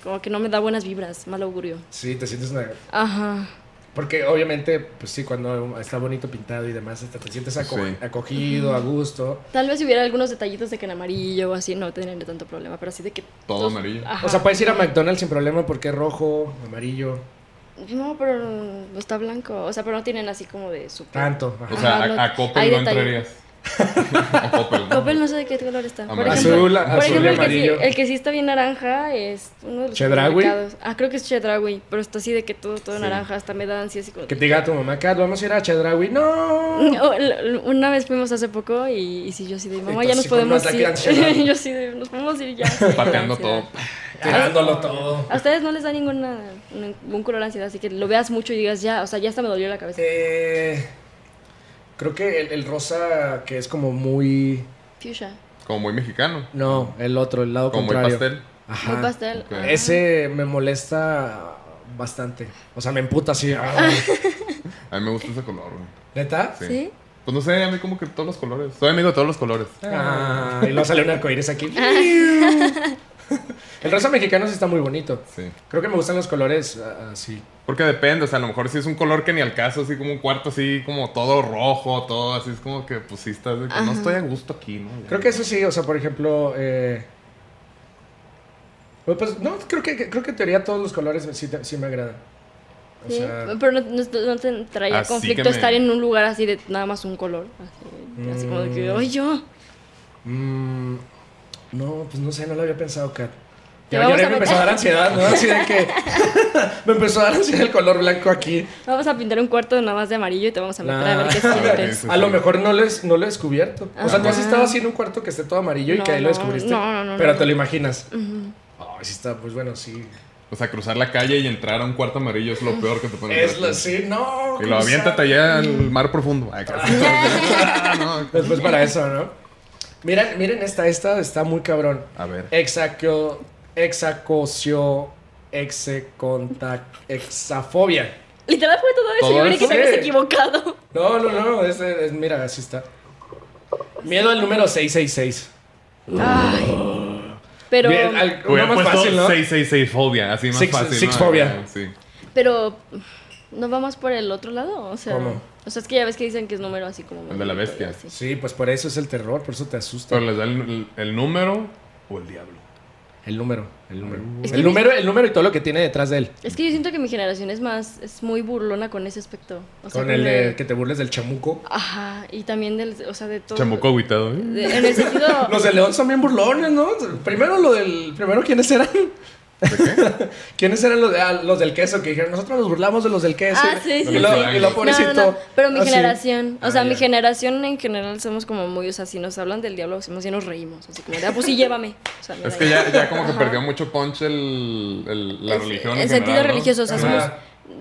S4: Como que no me da buenas vibras, mal augurio.
S2: Sí, te sientes una...
S4: Ajá.
S2: Porque obviamente, pues sí, cuando está bonito pintado y demás, hasta te sientes aco-
S3: Sí.
S2: acogido, a gusto.
S4: Tal vez si hubiera algunos detallitos de que en amarillo o así, no tendría tanto problema. Pero así de que.
S3: Todo
S4: los-
S3: amarillo.
S4: ajá.
S2: O sea, puedes ir a McDonald's sin problema porque es rojo, amarillo,
S4: No, pero no está blanco. O sea, pero no tienen así como de super.
S2: tanto.
S3: O
S2: ajá.
S3: sea,
S4: Ajá,
S3: a,
S4: no-
S3: a Coppel
S4: hay
S3: no
S4: detalle.
S3: entrarías. a Coppel. ¿no?
S4: Coppel no sé de qué color está. Por
S3: Amarillo.
S4: ejemplo,
S2: azul,
S4: por
S2: azul y
S4: ejemplo, el, que sí,
S2: amarillo.
S4: el que sí está bien naranja es uno de los
S2: ¿Chedraui?
S4: supermercados. Ah, creo que es Chedraui, pero está así de que todo, todo
S3: Sí.
S4: naranja, hasta me da ansia así como...
S2: Que te diga a tu mamá, Carlos, vamos a ir a Chedraui. ¡No!
S4: No, l- l- Oh, una vez fuimos hace poco y, y sí, yo sí de mamá,
S2: Y
S4: ya
S2: tú
S4: nos
S2: así con un
S4: podemos
S2: ataque
S4: ir.
S2: de ansiedad.
S4: yo sí de, nos podemos ir ya.
S3: Pateando
S4: Sí,
S3: todo.
S2: Tirándolo todo.
S4: A ustedes no les da ninguna, ningún color de ansiedad, así que lo veas mucho y digas ya, o sea, ya hasta me dolió la cabeza.
S2: Eh, creo que el, el rosa que es como muy...
S4: Fuchsia,
S3: Como muy mexicano.
S2: No, el otro, el lado
S3: Como muy
S2: contrario.
S3: pastel.
S2: Ajá.
S4: muy pastel.
S3: ok.
S4: ah.
S2: Ese me molesta bastante. O sea, me emputa así. ¡ah!
S3: A mí me gusta ese color, güey.
S2: ¿Neta?
S3: Sí.
S4: ¿Sí?
S3: Pues no sé, a mí como que todos los colores. Soy amigo de todos los colores.
S2: Ah, y luego sale un arcoíris aquí. El rosa mexicano sí está muy bonito.
S3: Sí.
S2: Creo que me gustan los colores ah, así.
S3: Porque depende, o sea, a lo mejor si es un color que ni al caso, así como un cuarto así, como todo rojo, todo así, es como que pues sí estás de que no
S4: Ajá.
S3: estoy a gusto aquí, ¿no? Ya.
S2: Creo que eso sí, o sea, por ejemplo. eh, pues no, creo que, creo que en teoría todos los colores sí, te- sí me agradan. O
S4: Sí,
S2: sea,
S4: pero no, no- no te traía
S3: Así
S4: conflicto
S3: que me-
S4: estar en un lugar así de nada más un color. Así, así como de que,
S2: Mm.
S4: ¡ay, yo!
S2: mm, no, pues no sé, no lo había pensado, Kat.
S4: Te
S2: Ya, ya
S4: vamos a
S2: me empezó a dar ansiedad, ¿no? Así de que. me empezó a dar ansiedad el color blanco aquí.
S4: Vamos a pintar un cuarto nada más de amarillo y te vamos a meter a ver qué
S2: Nah.
S4: sientes.
S3: Sí,
S2: A lo
S3: sí.
S2: mejor no lo, es- no lo he descubierto. O sea, tú has
S4: Ajá.
S2: estado así en un cuarto que esté todo amarillo y
S4: No,
S2: que ahí lo
S4: no,
S2: descubriste.
S4: no, no, no,
S2: pero
S4: no.
S2: te lo imaginas. Ay, sí está, pues bueno, sí.
S3: O sea, cruzar la calle y entrar a un cuarto amarillo es lo peor que te pueden
S2: Es
S3: hacer.
S2: lo, sí, no.
S3: Y lo
S2: cruzar.
S3: aviéntate allá al mar profundo. Ay, casi. Ah, no.
S2: Después para eso, ¿no? Miren, miren esta, esta está muy cabrón.
S3: A ver.
S2: Exaccio, exacocio, execontac, exafobia.
S4: Literal fue todo eso.
S3: Todo
S4: Yo creí que
S3: eso.
S4: te habías
S2: Sí.
S4: equivocado.
S2: No, no, no, es, es- mira, así está. Miedo al número 666.
S4: Ay, Pero,
S2: Bien, al-
S3: Hubiera
S2: una más
S3: puesto
S2: fácil, ¿no?
S3: 666 fobia, así más
S2: Six-
S3: fácil.
S2: six
S3: ¿no? Eh,
S2: phobia.
S3: Sí.
S4: pero no va más por el otro lado. O sea,
S2: ¿Cómo?
S4: o sea, es que ya ves que dicen que es número así como.
S3: El de la bestia.
S4: así.
S2: Sí, pues por eso es el terror, por eso te asusta.
S3: Pero les da el, el número o el diablo.
S2: El número, el número.
S4: Es que
S2: el,
S4: mi-
S2: número el número y todo lo que tiene detrás de él.
S4: Es que yo siento que mi generación es más, es muy burlona con ese aspecto. O sea,
S2: Con el
S4: de-
S2: de que te burles del chamuco.
S4: Ajá, y también del, o sea, de todo.
S3: Chamuco aguitado. ¿eh?
S4: de- en el sentido.
S2: Los de León son bien burlones, ¿no? Primero lo del. Primero, ¿quiénes eran? ¿Quiénes eran los, de- ah, los del queso? Que dijeron, nosotros nos burlamos de los del queso.
S4: Ah, sí,
S2: Y
S4: sí,
S2: lo-
S3: sí.
S2: Y lo
S3: No,
S2: pobrecito.
S4: No, no, no, pero mi
S2: así.
S4: generación, o
S2: Ah,
S4: sea, mi
S2: ya.
S4: generación en general somos como muy, o sea, si nos hablan del diablo, somos y nos reímos, así como, de, ah, pues sí, llévame. O sea, me
S3: Es
S4: da
S3: que ya, ya como que
S4: Ajá.
S3: perdió mucho punch el, el- la
S4: Es-
S3: religión.
S4: En
S3: en
S4: sentido
S3: general, ¿no? Ah.
S4: religioso, o sea,
S2: Ajá.
S4: somos.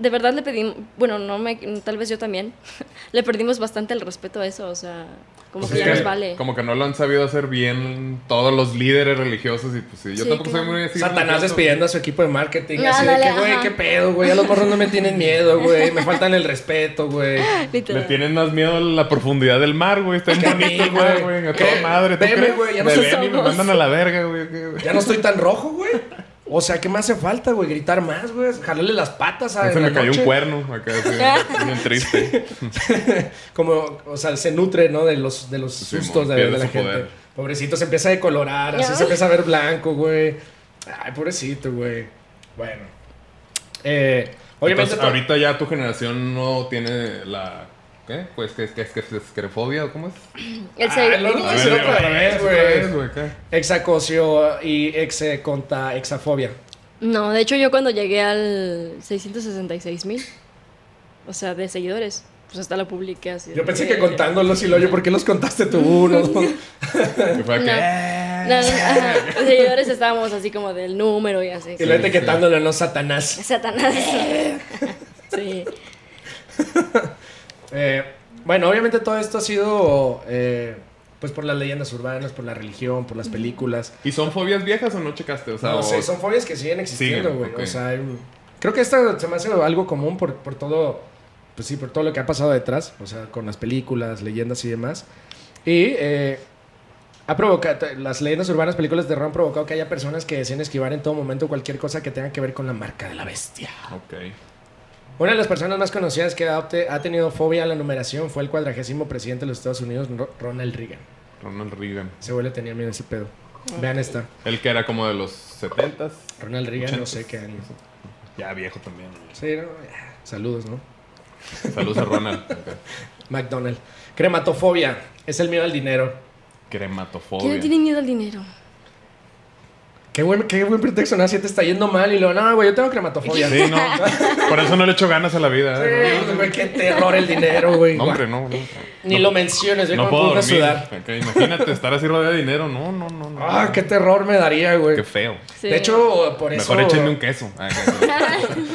S4: De verdad le pedimos. Bueno, no me, tal vez yo también. le perdimos bastante el respeto a eso, o sea, como
S3: Pues es
S4: que ya
S3: que
S4: nos vale.
S3: Como que no lo han sabido hacer bien todos los líderes religiosos y pues sí, yo
S4: Sí,
S3: tampoco
S4: claro.
S3: soy muy así.
S2: Satanás
S3: religioso.
S2: despidiendo a su equipo de marketing.
S4: No,
S2: así de
S4: dale,
S2: que, güey,
S4: ajá.
S2: qué pedo, güey. A los morros no me tienen miedo, güey. Me faltan el respeto, güey.
S3: Le
S2: Este,
S4: Literal.
S3: tienen más miedo a la profundidad del mar, güey. Está en
S2: Que a mí,
S3: bonito, el
S2: güey.
S3: mar, güey. A
S2: ¿Qué?
S3: toda madre. ¿Tú
S2: Veme,
S3: crees?
S2: güey, ya
S3: Me
S2: no
S3: ven y me
S4: somos.
S3: mandan a la verga, güey. ¿qué, güey?
S2: Ya no estoy tan rojo, güey. O sea, ¿qué me hace falta, güey? Gritar más, güey. Jalarle las patas a.
S3: Ya se
S2: en la
S3: me cayó un
S2: noche.
S3: cuerno acá, así, bien triste.
S2: Como, o sea, se nutre, ¿no? De los, de los
S3: Sí,
S2: sustos
S3: mo,
S2: de, de
S3: pierde
S2: la
S3: su
S2: gente.
S3: poder.
S2: Pobrecito, se empieza a decolorar, así
S4: Ya.
S2: se empieza a ver blanco, güey. Ay, pobrecito, güey. Bueno. Eh, obviamente.
S3: Entonces,
S2: to-
S3: ahorita ya tu generación no tiene la. ¿Qué? Pues que es que es que es esquerofobia, ¿o ¿cómo es?
S4: El se-
S2: Ah, lo- lo-
S3: A
S2: decir
S3: ver,
S2: otra vez,
S3: otra vez,
S2: güey.
S3: güey. ¿qué?
S2: Exacocio y exe contra exafobia.
S4: No, de hecho, yo cuando llegué al 666 mil, o sea, de seguidores, pues hasta la publiqué así. Eh,
S2: Yo pensé que contándolos y lo yo, ¿por qué los contaste tú uno? dos?
S3: Que fue
S4: No.
S3: acá.
S4: No, ajá, los seguidores estábamos así como del número y así.
S2: y lo
S3: Sí,
S2: etiquetándolo, no Satanás.
S4: Satanás. sí.
S2: Eh, bueno, obviamente todo esto ha sido. eh, pues por las leyendas urbanas, por la religión, por las películas.
S3: ¿Y son fobias viejas o no checaste? O sea,
S2: No
S3: o-
S2: sé, son fobias que siguen existiendo,
S3: Siguen,
S2: güey.
S3: ok.
S2: O sea, hay- creo que esta se me hace algo común por, por todo, pues sí, por todo lo que ha pasado detrás, o sea, con las películas, leyendas y demás. Y eh, ha provocado, las leyendas urbanas, películas de terror han provocado que haya personas que deseen esquivar en todo momento cualquier cosa que tenga que ver con la marca de la bestia.
S3: Ok.
S2: Una de las personas más conocidas que ha, obte- ha tenido fobia a la numeración fue el cuadragésimo presidente de los Estados Unidos, Ro- Ronald Reagan.
S3: Ronald Reagan.
S2: Ese güey le tenía miedo a ese pedo. Vean esta.
S3: El que era como de los 70s.
S2: Ronald Reagan, no
S3: Ochentas.
S2: sé qué año.
S3: Ya viejo también.
S2: Sí, no, ya. saludos, ¿no?
S3: Saludos a Ronald. Ok.
S2: McDonald. Crematofobia. Es el miedo al dinero.
S4: ¿Quién
S3: Crematofobia.
S4: le tiene miedo al dinero?
S2: Qué buen, qué buen pretexto, ¿no? Si te está yendo mal y luego, no, güey, yo tengo crematofobia.
S3: Sí, no. Por eso no le echo ganas a la vida. ¿eh?
S2: Sí, güey, qué terror el dinero, güey.
S3: No, hombre, no. no.
S2: Ni
S3: No-
S2: lo menciones, güey,
S3: No
S2: cómo
S3: puedo
S2: pongo a
S3: dormir.
S2: sudar.
S3: Ok, Imagínate estar así rodeado de dinero. No, no, no. no.
S2: Ah, qué terror me daría, güey.
S3: Qué feo.
S4: Sí.
S2: De hecho, por eso.
S3: Mejor échenme un queso. Ah,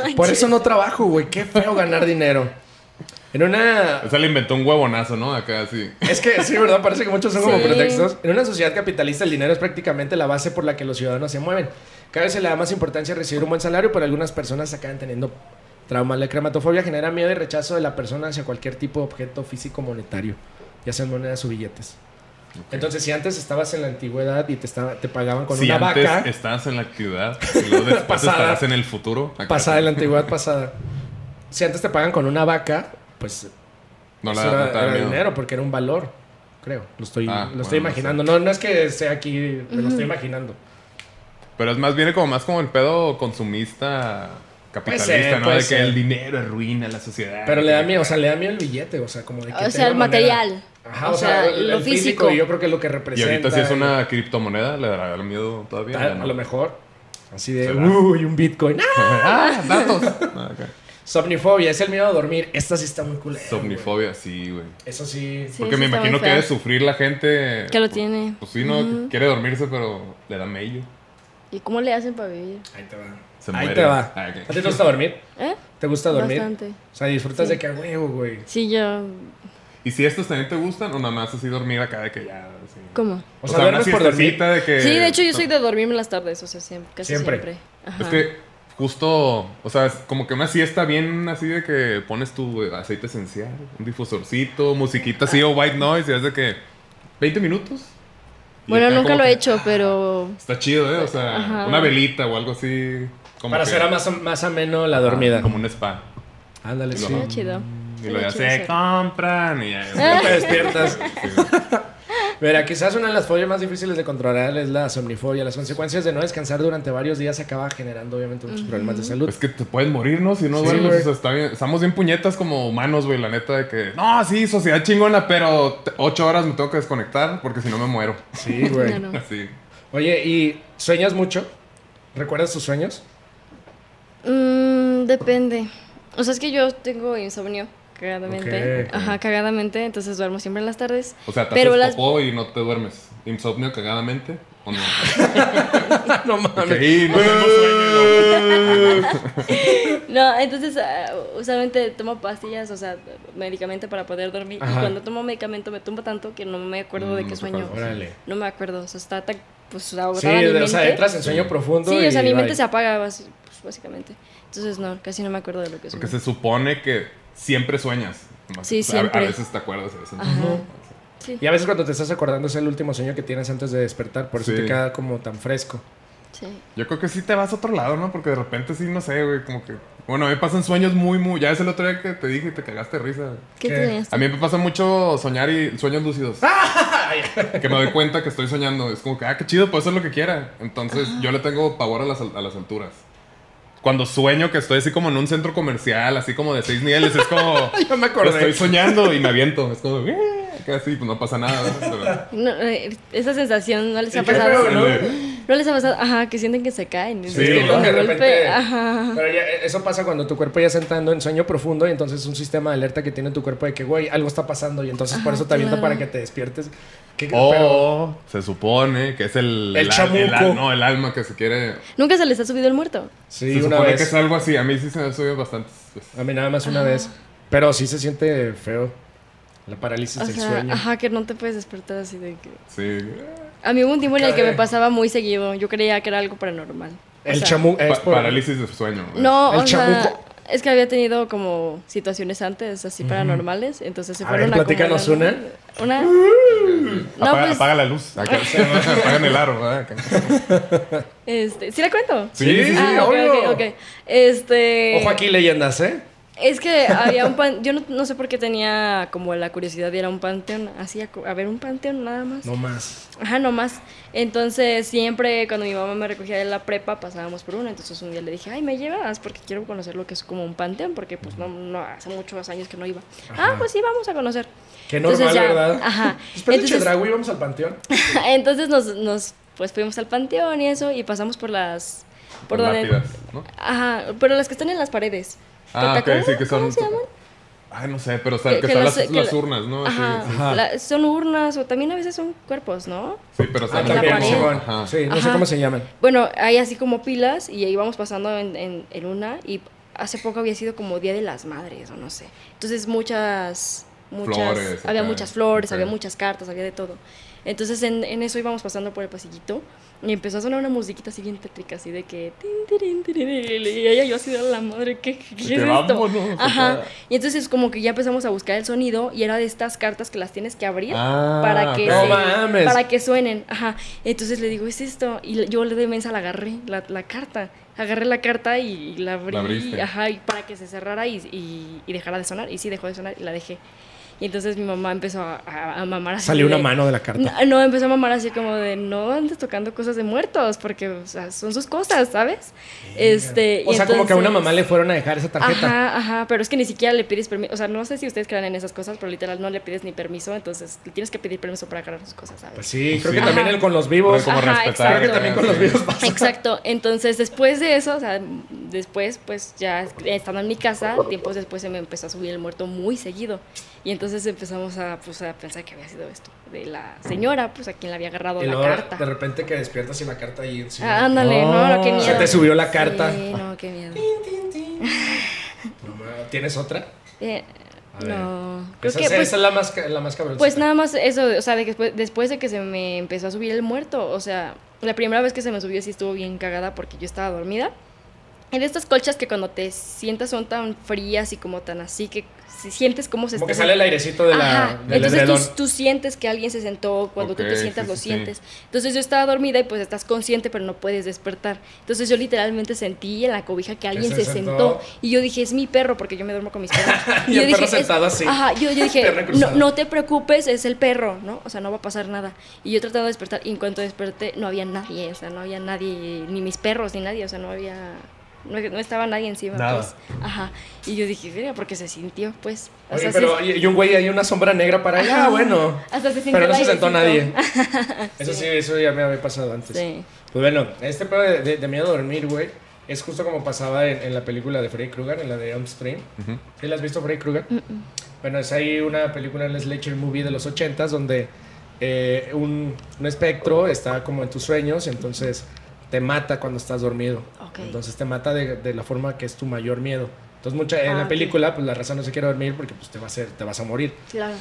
S3: ok,
S2: Por eso no trabajo, güey. Qué feo ganar dinero. En una.
S3: ok. O sea, le inventó un huevonazo, ¿no? Acá así.
S2: Es que sí, ¿verdad? Parece que muchos son como
S4: Sí.
S2: pretextos. En una sociedad capitalista, el dinero es prácticamente la base por la que los ciudadanos se mueven. Cada vez se le da más importancia a recibir un buen salario, pero algunas personas acaban teniendo traumas. La crematofobia genera miedo y rechazo de la persona hacia cualquier tipo de objeto físico monetario, ya sean monedas o billetes. Entonces, si antes estabas en la antigüedad y te, estaba- te pagaban con
S3: si
S2: una
S3: antes
S2: vaca
S3: estabas en la actividad, y luego después
S2: Pasada.
S3: estarás en el futuro. Ah, Acá
S2: pasada, en la
S3: así.
S2: antigüedad pasada, si antes te pagan con una vaca, pues
S3: No
S2: Eso
S3: la no
S2: era,
S3: te da
S2: era
S3: miedo.
S2: dinero porque era un valor, creo. Lo estoy,
S3: Ah,
S2: lo estoy
S3: bueno, no sé.
S2: imaginando. No, no es que sea aquí, me lo estoy imaginando.
S3: Pero es más, viene como más como el pedo consumista capitalista,
S2: Puede ser,
S3: ¿no?
S2: puede
S3: De
S2: ser.
S3: que el dinero arruina la sociedad.
S2: Pero le da
S3: Que-
S2: miedo, o sea, le da miedo el billete, o sea, como de que
S4: O sea,
S2: tenga
S4: el
S2: moneda.
S4: material.
S2: Ajá,
S4: O
S2: o, sea,
S4: sea,
S2: el,
S4: lo
S2: el físico.
S4: físico.
S2: y yo creo que es lo que
S3: Y
S2: representa.
S3: ahorita si es una criptomoneda, le dará miedo
S2: y-
S3: todavía.
S2: a,
S3: ¿no?
S2: a lo mejor. Así de,
S3: ¿Será?
S2: uy, un bitcoin. ¡Ah!
S3: ah, datos. Ah, ok.
S2: Somnifobia, es el miedo a dormir. Esta sí está muy culera. güey.
S3: Somnifobia, sí, güey.
S2: Eso sí.
S4: Sí,
S3: Porque
S4: eso
S3: me
S4: está muy
S3: imagino que
S4: feo.
S3: debe sufrir la gente.
S4: Que lo
S3: Pues-
S4: tiene.
S3: Pues sí, no, Que quiere dormirse, pero le da mello.
S4: ¿Y cómo le hacen para vivir?
S2: Ahí te va.
S3: Se
S2: Ahí
S3: muere.
S2: te va.
S3: Ah, ok.
S2: ¿A ti te gusta dormir?
S4: ¿Eh?
S2: ¿Te gusta dormir?
S4: Bastante.
S2: O sea, disfrutas
S4: Sí.
S2: de que a huevo, güey.
S4: Sí, yo.
S3: ¿Y si estos también te gustan o nada más así dormir acá de que ya? así?
S4: ¿Cómo?
S2: O sea, duermes por dormir.
S3: siestecita de que...
S4: Sí, de hecho, yo soy de dormirme en las tardes, o sea, siempre, casi
S2: Siempre.
S4: siempre. Ajá.
S3: pues, Es que justo, o sea, es como que una siesta bien así de que pones tu eh, aceite esencial, un difusorcito, musiquita así o white noise y es de que 20 minutos Y
S4: Bueno,
S3: acá
S4: nunca
S3: como
S4: lo he
S3: que,
S4: hecho, pero
S3: Está chido, ¿eh? O sea,
S4: Ajá.
S3: una velita o algo así. Como
S2: Para
S3: que- Ah,
S2: hacer más, más ameno la dormida.
S3: Como un spa.
S2: Ándale, sí.
S4: está chido.
S3: Y lo
S4: Estaría
S3: ya
S4: chido
S3: se
S4: hacer.
S3: compran y ya.
S2: Ya te despiertas.
S3: Sí.
S2: Mira, quizás una de las fobias más difíciles de controlar es la somnifobia. Las consecuencias de no descansar durante varios días acaba generando obviamente muchos problemas de salud.
S4: Pues,
S3: Es que te puedes morir, ¿no? Si no
S2: Sí,
S3: duermes,
S2: güey.
S3: o sea, está bien. Estamos bien puñetas como humanos, güey, la neta, de que... No, sí, sociedad chingona, pero te- ocho horas me tengo que desconectar porque si no me muero.
S2: Sí,
S4: Claro.
S3: Así.
S2: Oye, ¿y sueñas mucho? ¿Recuerdas tus sueños?
S4: Mm, depende. O sea, es que yo tengo insomnio, cagadamente.
S2: Ok.
S4: Ajá, cagadamente. Entonces duermo siempre en las tardes.
S3: O sea, te
S4: Pero
S3: haces
S4: las-
S3: popó y no te duermes. Insomnio cagadamente, ¿o no?
S2: no
S3: Porque
S2: mames.
S3: ahí no tengo sueño. ¿no?
S4: No, entonces ah, usualmente tomo pastillas, o sea, medicamento para poder dormir.
S2: Ajá.
S4: Y cuando tomo medicamento me tumba tanto que no me acuerdo de
S3: Mm,
S4: qué
S3: no te
S4: sueño.
S3: acuerdas.
S2: Órale.
S4: No me acuerdo. O sea, está tan pues
S2: Sí,
S4: agotada mi
S2: de-
S4: mente.
S2: o sea, entras en sueño
S3: Sí.
S2: profundo.
S4: Sí, o sea,
S2: y
S4: mi
S2: bye.
S4: mente se apaga bas- pues, básicamente. Entonces no, casi no me acuerdo de lo que
S3: Porque
S4: sueño.
S3: se supone que siempre sueñas. Nomás,
S4: Sí,
S3: o sea, a-
S4: siempre.
S3: A, veces te acuerdas, a veces no.
S4: Ajá. Sí,
S2: Y a veces cuando te estás acordando es el último sueño que tienes antes de despertar, por eso
S3: Sí.
S2: te queda como tan fresco.
S4: sí.
S3: Yo creo que sí te vas a otro lado, ¿no? Porque de repente sí, no sé, güey, como que... Bueno, a mí me pasan sueños muy, muy... Ya es el otro día que te dije y te cagaste de risa.
S4: ¿Qué
S2: ¿Qué? Ah.
S4: tenías?
S3: A mí me pasa mucho soñar y sueños lúcidos. que me doy cuenta que estoy soñando. Es como que, ah, qué chido, puedo hacer lo que quiera. Entonces, yo le tengo pavor a las, al- a las alturas. Cuando sueño que estoy así como en un centro comercial, así como de seis niveles, es como...
S2: Yo me
S3: estoy soñando y me aviento. Es como... "Eh", Casi, pues no pasa nada. ¿no?
S4: No, eh, esa sensación no les ha
S2: qué
S4: pasado.
S2: feo, Pues, ¿no?
S4: No les ha pasado, ajá, que sienten que se caen.
S2: Sí,
S4: que
S2: ¿no?
S4: de
S2: de
S4: golpe,
S2: repente.
S4: ajá.
S2: Pero ya, eh, eso pasa cuando tu cuerpo ya está entrando en sueño profundo y entonces es un sistema de alerta que tiene tu cuerpo de que, güey, algo está pasando y entonces por
S4: Ajá,
S2: eso te avienta
S4: Ah, claro.
S2: para que te despiertes. ¿Qué- pero-
S3: O se supone que es el...
S2: El
S3: al- el al-
S2: chamuco.
S3: no, el alma que se quiere...
S4: Nunca se les ha subido el muerto.
S2: sí,
S3: se
S2: una
S3: supone que
S2: vez.
S3: es algo así. A mí sí se me subió bastante. pues,
S2: A mí nada más una vez. Pero sí se siente feo. La parálisis
S4: O
S2: del
S4: sea,
S2: sueño.
S4: ajá, que no te puedes despertar así de que.
S3: Sí.
S4: A mí hubo un tiempo en el que me
S2: Caray.
S4: pasaba muy seguido. Yo creía que era algo paranormal. O
S2: El
S4: sea,
S2: chamu es
S3: Pa-
S2: por-
S3: parálisis de sueño. es-
S4: No,
S2: El
S4: o sea,
S2: chamuco.
S4: es que había tenido como situaciones antes así paranormales. Entonces se
S2: A
S4: fueron
S2: ver, platícanos
S4: acumulando. Una. No,
S3: apaga,
S4: pues-
S3: apaga la luz. Acá, apagan el aro. ¿verdad? Acá.
S4: Este, ¿Sí la cuento?
S3: Sí, sí, sí,
S4: Ah, ok,
S2: obvio.
S4: ok, ok. Este.
S2: Ojo aquí, leyendas, ¿eh?
S4: Es que había un pan, yo no, no sé por qué tenía como la curiosidad de ir a un panteón, así a, cu- a ver un panteón nada más.
S2: No más.
S4: Ajá, no más. Entonces siempre cuando mi mamá me recogía de la prepa pasábamos por uno, entonces un día le dije, ay, me llevas porque quiero conocer lo que es como un panteón, porque pues no, no hace muchos años que no iba. Ah, pues sí, vamos a conocer.
S2: Qué normal,
S4: Entonces, ya,
S2: ¿verdad?
S4: Ajá.
S2: Después de
S4: Entonces- pues,
S2: Chedraui vamos al panteón.
S4: entonces nos, nos, pues fuimos al panteón y eso, y pasamos por las... Por
S3: Con
S4: donde...
S3: lápidas, ¿no?
S4: Ajá, pero las que están en las paredes. ¿Que
S3: Ah,
S4: te
S3: ok, sí,
S4: acuerdas?
S3: que son.
S4: ¿Cómo se llaman?
S3: Ay, no sé, pero o sea, que,
S4: Que- que
S3: están
S4: las-
S3: las,
S4: que
S3: las
S4: la-
S3: urnas, ¿no? Así,
S4: Ajá.
S3: sí,
S2: Ajá.
S4: La- son urnas o también a veces son cuerpos, ¿no?
S3: Sí, pero
S2: Ah,
S3: están
S4: la
S2: también,
S4: pared.
S2: Simón.
S3: Ajá.
S2: Sí, no sé
S4: Ajá.
S2: cómo se llaman.
S4: Bueno, hay así como pilas y ahí vamos pasando en, en- en una y hace poco había sido como Día de las Madres o no sé. Entonces muchas, muchas,
S3: Flores,
S4: había
S3: acá.
S4: muchas flores,
S3: Ok.
S4: había muchas cartas, había de todo. Entonces en, en eso íbamos pasando por el pasillito y empezó a sonar una musiquita así bien tétrica, así de que... tin, tirin, tirin, Y ella yo así de la madre, ¿qué, qué es
S3: Que
S4: esto?
S3: vámonos,
S4: Ajá.
S3: acá.
S4: Y entonces como que ya empezamos a buscar el sonido y era de estas cartas que las tienes que abrir
S3: Ah,
S4: para que
S3: ok.
S2: No
S4: se-
S2: mames.
S4: para que suenen. Ajá. Entonces le digo, "Es esto." Y le- yo le de mensa la agarré la, la carta. Agarré la carta y, y la abrí,
S3: La abriste.
S4: ajá, y para que se cerrara y, y- y dejara de sonar. Y sí dejó de sonar y la dejé. Y entonces mi mamá empezó a, a- a mamar así.
S2: Salió
S4: de-
S2: una mano de la carta.
S4: No, no, empezó a mamar así como de no andes tocando cosas de muertos porque o sea, son sus cosas, ¿sabes? Este,
S2: o
S4: y
S2: sea, como que a una
S4: entonces-
S2: mamá le fueron a dejar esa tarjeta.
S4: Ajá, ajá, pero es que ni siquiera le pides permiso. O sea, no sé si ustedes crean en esas cosas, pero literal no le pides ni permiso, entonces le tienes que pedir permiso para agarrar sus cosas, ¿sabes?
S2: Pues sí, creo
S3: Sí.
S2: que también
S4: Ajá.
S2: el con los vivos.
S3: Pero como
S4: Ajá,
S3: respetar.
S4: exacto. Creo que
S2: también con los videos pasa.
S4: Exacto, entonces después de eso, o sea, después, pues ya estando en mi casa, tiempos después se me empezó a subir el muerto muy seguido. Y entonces empezamos a, pues, a pensar que había sido esto de la señora, pues a quien le había agarrado
S2: Y
S4: la
S2: luego
S4: carta.
S2: de repente que despiertas y la carta ahí encima.
S4: Ah, ándale,
S3: No,
S4: no, qué
S3: se
S4: miedo.
S2: te subió la carta.
S4: Sí, no, qué miedo.
S2: No mames. ¿Tienes otra?
S4: Eh,
S2: A ver.
S4: no, creo
S2: Esa,
S4: que
S2: es-
S4: pues,
S2: esa es la más, ca- la más cabroncita.
S4: Pues nada más eso, o sea, de que después, después de que se me empezó a subir el muerto, o sea, la primera vez que se me subió sí estuvo bien cagada porque yo estaba dormida. En estas colchas que cuando te sientas son tan frías y como tan así que si sientes cómo se
S2: Como que
S4: está-
S2: sale el airecito de la,
S4: este, Ajá,
S2: del
S4: Entonces tú,
S2: edredón.
S4: tú sientes que alguien se sentó, cuando
S3: Ok,
S4: tú te sientas
S3: sí,
S4: lo
S3: sí, sí.
S4: sientes. Entonces yo estaba dormida y pues estás consciente pero no puedes despertar. Entonces yo literalmente sentí en la cobija que alguien
S2: se
S4: se,
S2: sentó.
S4: sentó. y yo dije, es mi perro porque yo me duermo con mis perros.
S2: Y el perro sentado
S4: "Es-".
S2: así.
S4: Ajá, yo, yo dije,
S2: Perro
S4: no,
S2: cruzado.
S4: no te preocupes, es el perro, ¿no? O sea, no va a pasar nada. Y yo trataba de despertar y en cuanto desperté no había nadie, o sea, no había nadie, ni mis perros, ni nadie, o sea, no había... No, no estaba nadie encima,
S3: Nada.
S4: pues. Ajá. Y yo dije, mira, porque se sintió, pues. O
S2: Oye,
S4: sea, sí-
S2: pero y, y un güey ahí, una sombra negra para allá,
S4: Ajá.
S2: bueno.
S4: Hasta se sintió
S2: Pero no
S4: el
S2: se sentó nadie.
S4: airecito.
S2: Eso sí, eso ya me había pasado antes.
S4: Sí.
S2: Pues bueno, este pedo de, de- de miedo a dormir, güey, es justo como pasaba en, en la película de Freddy Krueger, en la de Elm Street. ¿Sí la has visto, Freddy Krueger? Bueno, es ahí una película, en Slasher Movie de los 80s, donde eh, un, un espectro está como en tus sueños, entonces te mata cuando estás dormido.
S4: Ok.
S2: Entonces te mata de, de la forma que es tu mayor miedo. Entonces mucha, en
S4: Ah,
S2: la
S4: ok.
S2: película, pues la razón no se quiere dormir porque pues, te, va a hacer, te vas a morir.
S4: Claro.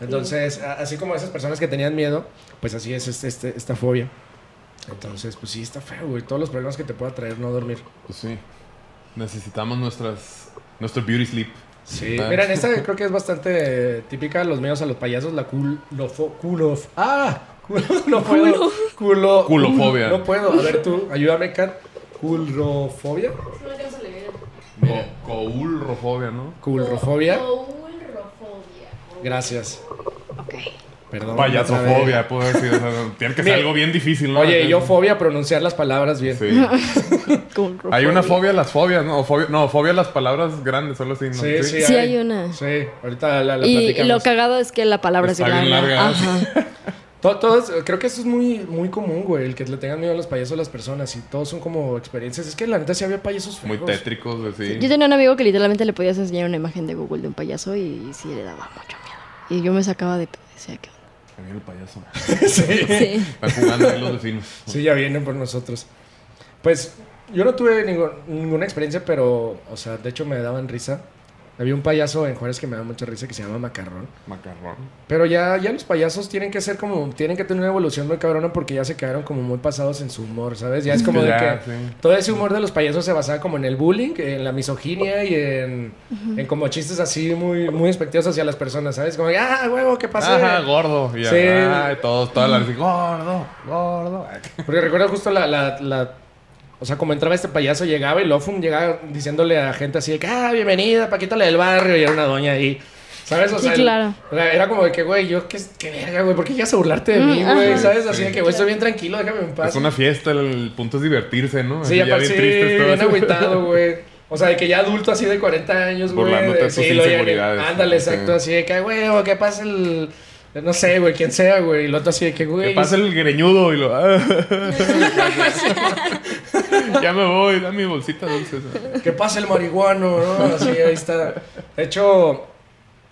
S2: Entonces, a- así como esas personas que tenían miedo, pues así es este- este- esta fobia. Entonces, pues sí, está feo, güey. Todos los problemas que te pueda traer no dormir.
S3: Pues sí. Necesitamos nuestras, nuestro beauty sleep.
S2: Sí.
S3: Ah.
S2: Miren, esta creo que es bastante eh, típica. Los miedos a los payasos, la culofo... Culof... ¡Ah! Culo, no puedo. Culo...
S3: Culofobia.
S2: No puedo. A ver tú, ayúdame, Kat. Culrofobia.
S3: Mira,
S2: Oh.
S3: Coulrofobia, ¿no?
S2: Culrofobia.
S4: Coulrofobia.
S2: Gracias.
S4: Ok.
S2: Perdón. otra vez.
S3: Payasofobia, puedo decir. o sea, tiene que ser
S2: Mira.
S3: algo bien difícil, ¿no?
S2: Oye, y yo fobia pronunciar las palabras bien.
S3: Sí. Hay una fobia a las fobias, ¿no? O fobia, no, fobia a las palabras grandes, solo así, ¿no?
S2: Sí, sí.
S5: Sí, hay una.
S2: Sí, ahorita la, la
S5: Y
S2: platicamos.
S5: lo cagado es que la palabra
S3: Está
S5: es
S3: bien
S5: larga.
S3: larga. ¿eh?
S5: Ajá.
S2: To- Todos, creo que eso es muy, muy común, güey, el que le tengan miedo a los payasos a las personas y todos son como experiencias. Es que la neta sí había payasos feos.
S3: Muy tétricos, así.
S5: Yo tenía un amigo que literalmente le podías enseñar una imagen de Google de un payaso y sí le daba mucho miedo. Y yo me sacaba de pedo, decía que
S3: También el payaso.
S2: sí.
S5: Sí.
S3: Están jugando ahí los vecinos.
S2: Sí, ya vienen por nosotros. Pues yo no tuve ningo- ninguna experiencia, pero, o sea, de hecho me daban risa. Había un payaso en Juárez que me daba mucha risa que se llama Macarrón.
S3: Macarrón.
S2: Pero ya, ya los payasos tienen que ser como, tienen que tener una evolución muy cabrona porque ya se quedaron como muy pasados en su humor, ¿sabes? Ya es como de
S3: Ya,
S2: que
S3: sí.
S2: todo ese humor de los payasos se basaba como en el bullying, en la misoginia y en, en como chistes así muy, muy despectivos hacia las personas, ¿sabes? Como, ah, huevo, ¿qué pasa?
S3: Ajá, gordo. Y
S2: Sí.
S3: ay, todos, todas las así, gordo, gordo. Ay,
S2: Porque recuerdo justo la, la, la- O sea, como entraba este payaso, llegaba y Lofum llegaba diciéndole a gente así de que, ah, bienvenida, Paquítale del barrio, y era una doña ahí. ¿Sabes? O
S5: Sí,
S2: sea, el-
S5: claro.
S2: o sea, era como de que, güey, yo, qué, qué verga, güey, ¿por qué quieres burlarte de mí,
S5: Mm,
S2: güey?
S5: ajá.
S2: ¿Sabes? Así
S3: Sí.
S2: de que, güey, estoy bien tranquilo, déjame en paz.
S3: Es una fiesta, el, el punto es divertirse, ¿no?
S2: Sí,
S3: Así
S2: aparte, sí,
S3: tristes todos.
S2: bien agüitado, güey. O sea, de que ya adulto así de 40 años, güey.
S3: Burlándote de
S2: sí,
S3: tus
S2: lo ya-
S3: inseguridades.
S2: Ándale, exacto,
S3: Sí.
S2: así de que, güey, o que pase el... No sé, güey, quién sea, güey. Y el otro así de que, güey...
S3: Que pasa el greñudo y lo. ah. ya me voy, da mi bolsita de dulces.
S2: Que pase el marihuano, ¿no? Así, ahí está. De hecho,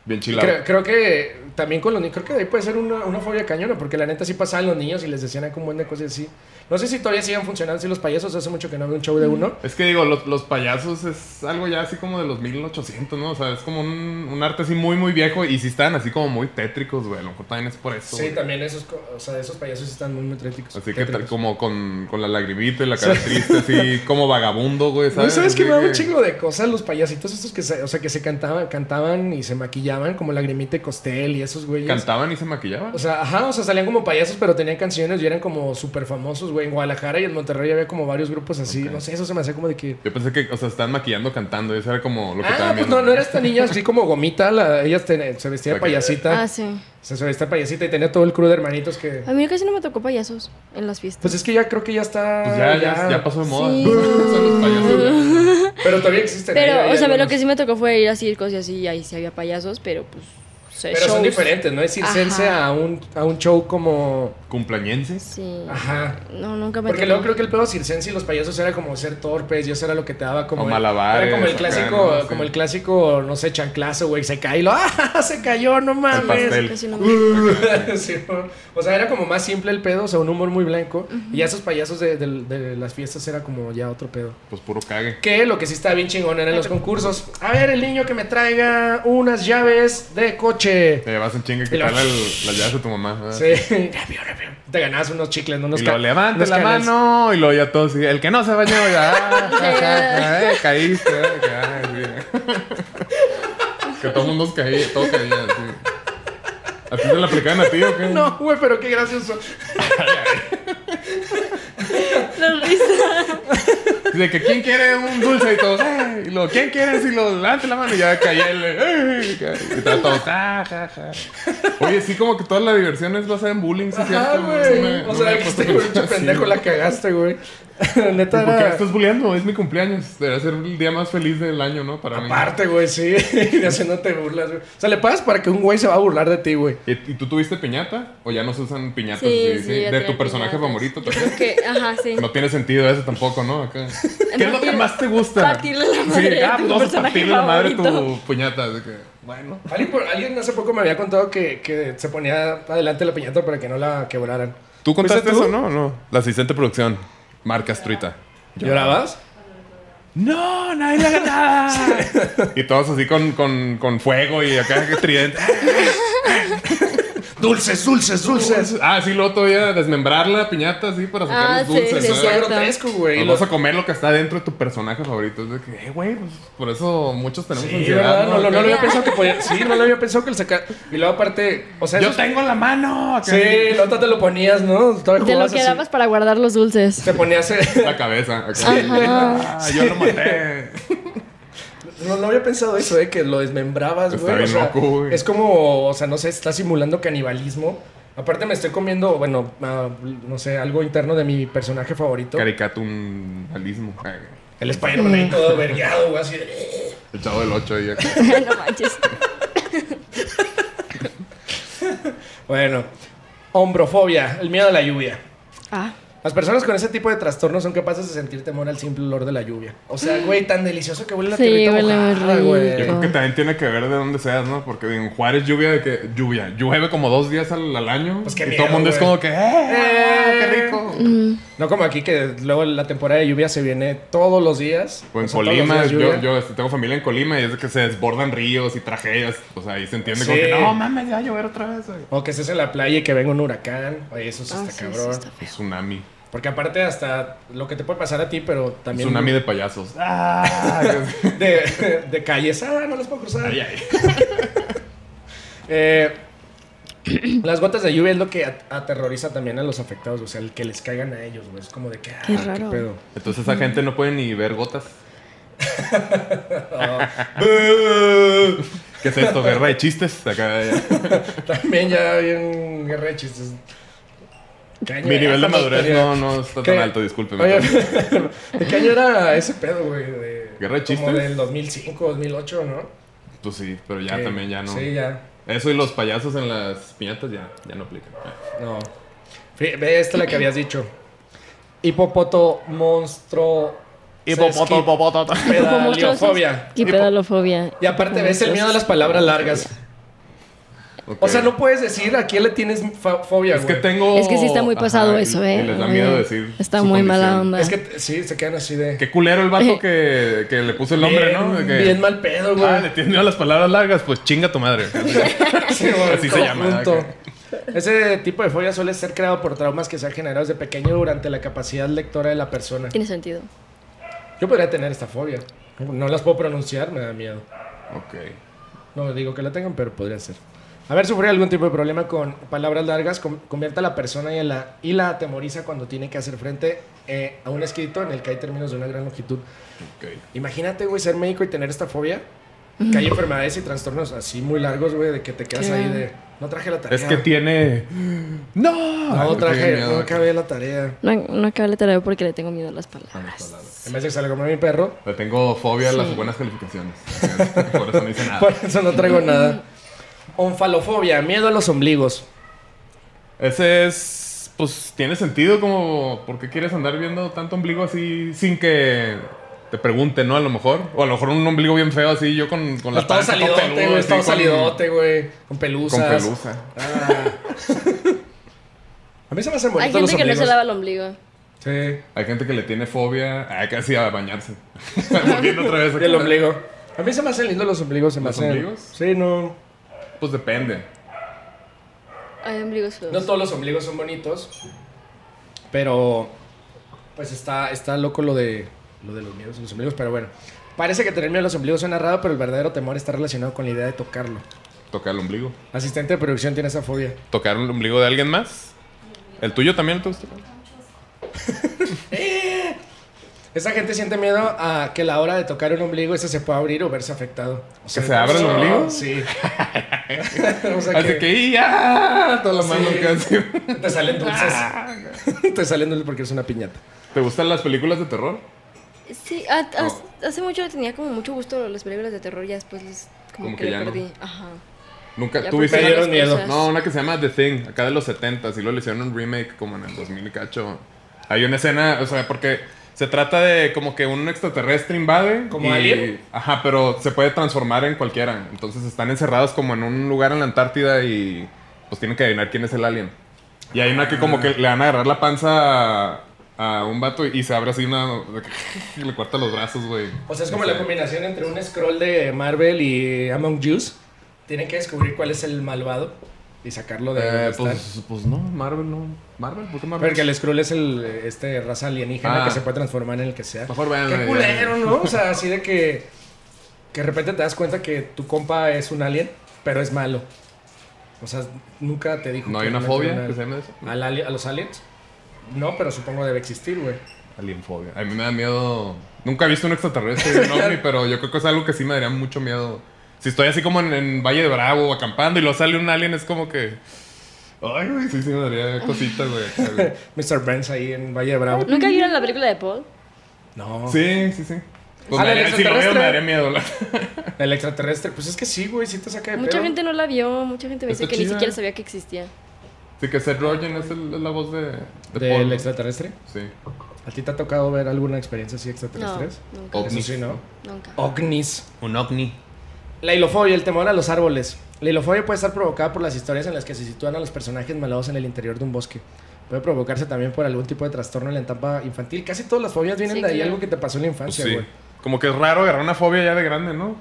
S3: Bien chilado.
S2: creo, creo que también con los niños, creo que de ahí puede ser una, una fobia cañona, porque la neta sí pasaban los niños y les decían como un buen de cosas así. No sé si todavía siguen funcionando así los payasos, hace mucho que no veo un show de uno.
S3: Es que digo, los, los payasos es algo ya así como de los 1800, ¿no? O sea, es como un, un arte así muy, muy viejo. Y si están así como muy tétricos, güey. A lo mejor también es por eso.
S2: Sí,
S3: güey.
S2: también esos, co- o sea, esos payasos están muy, muy tétricos.
S3: Así que tal
S2: tétricos.
S3: como con, con la lagrimita y la cara triste, así como vagabundo,
S2: Güey,
S3: güey, ¿sabes?
S2: ¿Sabes
S3: Así
S2: qué? Me da un
S3: que-
S2: chingo de cosas los payasitos estos que se, o sea, que se cantaban, cantaban y se maquillaban como Lagrimita y Costel y esos güeyes.
S3: Cantaban y se maquillaban.
S2: O sea, ajá, o sea, salían como payasos, pero tenían canciones y eran como súper famosos, güey. En Guadalajara y en Monterrey había como varios grupos así. No sé, eso se me hacía como de que.
S3: Yo pensé que, o sea, estaban maquillando cantando. Eso era como lo que
S2: Ah,
S3: estaban
S2: pues
S3: viendo.
S2: no, no era esta niña así como gomita. La, ella ten- se vestía de
S3: Ok.
S2: payasita.
S5: Ah, sí.
S2: o sea, se vestía de payasita y tenía todo el crew de hermanitos que.
S5: A mí casi no me tocó payasos en las fiestas.
S2: Pues es que ya creo que ya está.
S3: Pues ya, ya, ya pasó de moda.
S5: Sí.
S3: Son los payasos.
S2: Pero todavía existen. ¿eh? ahí
S5: Pero,
S2: hay
S5: o sea, lo
S2: algunos.
S5: que sí me tocó fue ir a circos y así, y ahí sí había payasos, pero pues. o sea,
S2: Pero son
S5: shows.
S2: diferentes, ¿no? Es circense
S5: Ajá.
S2: a un, a un show como.
S3: ¿Cumpleañenses?
S5: Sí.
S2: Ajá.
S5: No, nunca me
S2: Porque
S5: tocó.
S2: luego creo que el pedo circense y los payasos era como ser torpes y eso era lo que te daba como.
S3: O
S2: el-
S3: malabares,
S2: Era como el
S3: acá,
S2: clásico,
S3: ¿no? Sí.
S2: como el clásico, no sé, chanclazo, güey, se cae y lo, ¡ah! Se cayó, no
S3: El
S2: mames.
S3: pastel.
S5: Casi no me-
S2: Uh, sí, ¿no? o sea, era como más simple el pedo, o sea, un humor muy blanco. Y ya esos payasos de, de- de las fiestas era como ya otro pedo.
S3: Pues puro cague.
S2: Que lo que sí estaba bien chingón eran los concursos. A ver, el niño que me traiga unas llaves de coche. pinche.
S3: Te vas en chinga que
S2: Y lo-
S3: tal las llaves de tu mamá. ¿verdad?
S2: Sí. Rápido, rápido. Te ganabas unos chicles, no nos
S3: Y lo levanta la
S2: mano.
S3: mano y lo ya todo así, El que no se bañó ya. ah, ja, ja, ja, eh, caíste. eh, que, ay, sí. que todo el mundo caía, todo caía. así. ¿A ti te la aplicaban a ti o qué?
S2: No, güey, pero qué gracioso.
S4: La risa.
S3: De que quién quiere un dulce y todos, eh, y luego, ¿quién quiere si lo levante la mano? Y ya caía el, eh, y todo, todo, ja, ja, ja. Oye, sí, como que toda la diversión es basada en bullying, sí,
S2: Ajá,
S3: cierto. Es
S2: güey.
S3: una-
S2: O sea,
S3: una
S2: que
S3: cosa
S2: este pinche
S3: así.
S2: pendejo la cagaste, güey. Neta
S3: ¿Y ¿Por qué me
S2: era.
S3: estás bulleando? Es mi cumpleaños. Debería ser el día más feliz del año, ¿no? Para mí.
S2: Aparte, güey, sí. Y haciéndote burlas, güey. O sea, le pagas para que un güey se va a burlar de ti, güey.
S3: ¿Y, y tú tuviste piñata? ¿O ya no se usan piñatas?
S4: Sí,
S3: así,
S4: sí,
S3: pues, sí? ¿De
S4: ya tenía
S3: tu personaje
S4: piñatas.
S3: favorito
S4: Yo
S3: también?
S4: creo que, ajá, sí.
S3: No tiene sentido eso tampoco, ¿no? Acá. ¿Qué es lo que
S4: Partir-
S3: más te gusta?
S4: partirle la madre
S3: Sí,
S4: a
S3: ah,
S4: tu
S3: pues vamos a
S4: personaje
S3: partirle la madre a tu
S4: favorito.
S3: puñata. así que, bueno.
S2: Alguien, por- alguien hace poco me había contado que, que se ponía adelante la piñata para que no la quebraran.
S3: ¿Tú contaste
S2: ¿Fuiste tú?
S3: eso, no? No. La asistente de producción, Marca Truita.
S2: ¿Llorabas?
S3: ¡No! ¡Nadie le haga nada! y todos así con, con, con fuego y acá que tridente.
S2: Dulces, dulces, dulces.
S3: Ah, sí, luego todavía desmembrar la piñata así para sacar
S4: Ah,
S3: los
S4: sí,
S3: dulces.
S4: sí,
S3: ¿no?
S4: sí.
S2: Está
S4: Cierto.
S2: grotesco, güey.
S3: Nos vas a comer lo que está dentro de tu personaje favorito. Es de que, eh, güey, pues, por eso muchos tenemos
S2: Sí,
S3: ansiedad.
S2: ¿verdad? No, lo- no lo había
S4: Sí.
S2: pensado que podía. Sí, no lo había pensado que el sacar. Y luego, aparte, o sea,
S3: Yo
S2: esos-
S3: tengo la mano. acá.
S2: Sí, nota te lo ponías, ¿no? Todavía
S5: Te lo
S2: jugabas así.
S5: quedabas para guardar los dulces.
S2: Te ponías.
S3: La cabeza. acá.
S5: Ajá.
S3: Ah, yo lo maté.
S2: No, no había pensado eso, ¿eh? Que lo desmembrabas,
S3: Está
S2: güey.
S3: bien
S2: o sea,
S3: loco, güey.
S2: Es como, o sea, no sé, está simulando canibalismo. Aparte, me estoy comiendo, bueno, ah, no sé, algo interno de mi personaje favorito.
S3: Caricatunalismo. Ay,
S2: el Spider-Man ahí todo vergueado, güey, así de. "Eh".
S3: El chavo del 8 ahí. acá.
S5: no manches.
S2: Bueno, hombrofobia, el miedo a la lluvia.
S5: Ah,
S2: Las personas con ese tipo de trastornos son capaces de sentir temor al simple olor de la lluvia. O sea, güey, tan delicioso que huele la
S5: Sí,
S2: tierrita
S5: huele
S2: mojada, güey.
S3: Yo creo que
S5: Ah.
S3: también tiene que ver de dónde seas, ¿no? Porque en Juárez lluvia de que lluvia. Llueve como dos días al, al año.
S2: Pues qué
S3: y todo
S2: miedo,
S3: el mundo es
S2: güey. Mm.
S3: como que, ¡eh! ¡Qué rico!
S2: No como aquí que luego la temporada de lluvia se viene todos los días.
S3: O Pues en
S2: sea, todos los
S3: Colima,
S2: días
S3: yo,
S2: lluvia.
S3: yo este, tengo familia en Colima y es de que se desbordan ríos y tragedias. O sea, ahí se entiende como
S2: Sí.
S3: que no mames, ya va a llover otra vez. güey".
S2: O que estés en la playa y que venga un huracán. Oye, eso sí
S5: ah,
S2: está
S5: sí,
S2: cabrón.
S5: sí, está
S3: Un
S5: feo.
S3: tsunami.
S2: Porque aparte hasta lo que te puede pasar a ti, pero
S3: Un
S2: también...
S3: tsunami de payasos. ¡Ah!
S2: de, de calles. Ah, no las puedo cruzar.
S3: Ay, ay.
S2: Eh, las gotas de lluvia es lo que at- aterroriza también a los afectados. O sea, el que les caigan a ellos, güey. Es como de que... ah,
S5: Qué raro.
S2: pedo.
S3: Entonces esa gente no puede ni ver gotas. ¿Qué es esto? Guerra de chistes. Acá, ya.
S2: También ya bien guerra de chistes. ¿Qué año
S3: Mi
S2: era?
S3: nivel de
S2: Cuando
S3: madurez
S2: tenía-
S3: no, no está tan
S2: ¿Qué?
S3: alto, discúlpeme.
S2: Oye, ¿de qué año era ese pedo, güey? De,
S3: ¿Guerra de
S2: Como
S3: chistes?
S2: del 2005, 2008, ¿no?
S3: Pues sí, pero ya
S2: Que-
S3: también ya no.
S2: Sí, ya.
S3: Eso y los payasos en las piñatas ya, ya no aplican.
S2: No. Fí- Ve esta la que habías dicho. Hipopoto monstruo. Pedaliofobia.
S5: Y pedalofobia.
S2: Y aparte ves el miedo a las palabras largas. O sea, no puedes decir a quién le tienes fa- fobia,
S3: Es que
S2: güey.
S3: tengo.
S5: Es que sí está muy
S3: Oh, Ajá,
S5: pasado
S3: y-
S5: eso, ¿eh?
S3: y les da
S5: Oye,
S3: miedo decir.
S5: Está
S3: su
S5: muy mala
S3: condición.
S5: onda.
S2: Es que t- sí, se quedan así de.
S3: Qué culero el vato que, que le puso el nombre,
S2: bien,
S3: ¿no? De que,
S2: bien mal pedo, güey.
S3: Ah, le tiene miedo a las palabras largas, pues chinga tu madre.
S2: Sí, güey,
S3: Así se
S2: todo
S3: llama,
S2: junto.
S3: ok.
S2: Ese tipo de fobia suele ser creado por traumas que se han generado desde pequeño durante la capacidad lectora de la persona.
S5: Tiene sentido.
S2: Yo podría tener esta fobia. No las puedo pronunciar, me da miedo.
S3: ok.
S2: No digo que la tengan, pero podría ser. Haber sufrido algún tipo de problema con palabras largas com- convierte a la persona y, a la, y la atemoriza cuando tiene que hacer frente eh, a un escrito en el que hay términos de una gran longitud.
S3: Ok.
S2: Imagínate, güey, ser médico y tener esta fobia. Que hay enfermedades y trastornos así muy largos, güey, de que te quedas
S5: Qué
S2: ahí
S5: raro.
S2: de... No traje la tarea.
S3: Es que tiene. ¡No!
S2: No
S3: Ay, qué
S2: traje,
S3: miedo.
S2: no acabé la tarea.
S5: No, no acabé la tarea porque le tengo miedo a las palabras.
S2: En vez de que se la comió mi perro,
S3: Le tengo fobia a las
S5: Sí.
S3: buenas calificaciones. Por eso no hice nada.
S2: por eso no traigo nada. Onfalofobia, miedo a los ombligos.
S3: Ese es. Pues tiene sentido como. ¿Por qué quieres andar viendo tanto ombligo así sin que te pregunten, ¿no? A lo mejor. O a lo mejor un ombligo bien feo así, yo con, con
S2: Pues
S3: la
S2: Todo
S3: panza, todo
S2: salidote,
S3: peludo,
S2: güey,
S3: así,
S2: todo
S3: con-
S2: salidote, güey. Con
S3: Con
S2: pelusas.
S3: pelusa.
S2: Ah. A mí se me hacen
S4: Hay
S2: bonitos los
S4: gente que no
S2: ombligos.
S4: se lava el ombligo.
S2: Sí,
S3: Hay gente que le tiene fobia a casi a bañarse. Volviendo otra vez.
S2: el ombligo. A mí se me hacen lindos los ombligos, se me
S3: ¿Los
S2: hacen.
S3: ombligos?
S2: Sí, no.
S3: Pues depende.
S4: Hay ombligos feos.
S2: No todos los ombligos son bonitos, pero pues está, está loco lo de, lo de los miedos en los ombligos, pero bueno. Parece que tener miedo a los ombligos suena raro, pero el verdadero temor está relacionado con la idea de tocarlo.
S3: Tocar el ombligo.
S2: Asistente de producción tiene esa fobia.
S3: ¿Tocar el ombligo de alguien más? ¿El tuyo también te gusta?
S2: Esa gente siente miedo a que la hora de tocar un ombligo ese se pueda abrir o verse afectado. O sea,
S3: se abra el
S2: sí.
S3: ombligo?
S2: Sí. o sea
S3: Así que ¡y ya! Toda la mano Ah,
S2: Sí.
S3: casi.
S2: Te salen dulces. te salen dulces porque es una piñata.
S3: ¿Te gustan las películas de terror?
S4: Sí, a- a-
S3: Oh.
S4: hace mucho tenía como mucho gusto las películas de terror, ya después les- como,
S3: Como
S4: que,
S3: que
S4: le
S3: ya no.
S4: perdí. Ajá.
S3: Nunca.
S4: Ya
S3: ¿Tuviste
S2: Me
S4: prefiero
S3: una,
S2: dieron
S4: las
S2: miedo.
S4: cosas-
S3: No, una que se llama The Thing, acá de los 70 y luego le hicieron un remake como en el 2000 y cacho. Hay una escena, o sea, porque se trata de como que un extraterrestre invade.
S2: ¿Como
S3: y-
S2: Alien?
S3: Ajá, pero se puede transformar en cualquiera. Entonces están encerrados como en un lugar en la Antártida y pues tienen que adivinar quién es el alien. Y hay una que
S2: Ah.
S3: como que le van a agarrar la panza a, a un vato y se abre así una... y le corta los brazos, güey.
S2: O sea, es como
S3: No sé.
S2: la combinación entre un scroll de Marvel y Among Us. Tienen que descubrir cuál es el malvado y sacarlo de donde
S3: Eh,
S2: está.
S3: pues, pues no, Marvel no. Marvel, ¿por qué Marvel?
S2: Porque el scroll es el eh, este raza alienígena
S3: Ah.
S2: que se puede transformar en el que sea.
S3: Mejor vean.
S2: Qué culero, ¿no? O sea, así de que que de repente te das cuenta que tu compa es un alien, pero es malo. O sea, nunca te dijo
S3: ¿No
S2: que
S3: hay una
S2: realmente
S3: fobia
S2: era
S3: que se llame eso?
S2: ¿Al ali- a los aliens. No, pero supongo debe existir, güey.
S3: Alienfobia. A mí me da miedo. Nunca he visto un extraterrestre, un ovni, pero yo creo que es algo que sí me daría mucho miedo. Si estoy así como en, en Valle de Bravo acampando y lo sale un alien, es como que. Ay, güey, sí, sí me daría cositas, güey. acá, güey.
S2: Mr. Burns ahí en Valle de Bravo.
S4: ¿Nunca vieron la película de Paul?
S2: No.
S3: Sí, sí, sí. Pues
S2: Ah,
S3: me
S2: del
S3: daría- si lo veo,
S2: extraterrestre.
S3: me daría miedo. la-
S2: El extraterrestre, pues es que sí, güey, sí te saca de
S4: Mucha
S2: pedo.
S4: gente no la vio, mucha gente me
S3: Está
S4: dice que ni
S3: chida.
S4: siquiera sabía que existía.
S3: Sí, que Seth Rogen es el- es la voz de. de
S2: del
S3: Paul.
S2: extraterrestre.
S3: Sí.
S2: ¿A ti te ha tocado ver alguna experiencia así
S4: No,
S2: extraterrestres?
S4: nunca,
S3: Ovnis.
S2: Eso sí, ¿no?
S4: nunca.
S2: Ognis.
S3: Un ovni.
S2: La hilofobia, el temor a los árboles. La hilofobia puede estar provocada por las historias en las que se sitúan a los personajes malados en el interior de un bosque. Puede provocarse también por algún tipo de trastorno en la etapa infantil. Casi todas las fobias vienen
S4: Sí,
S2: de ahí,
S4: claro.
S2: algo que te pasó en la
S3: Pues
S2: infancia,
S3: sí.
S2: güey.
S3: Como que es raro agarrar una fobia ya de grande, ¿no?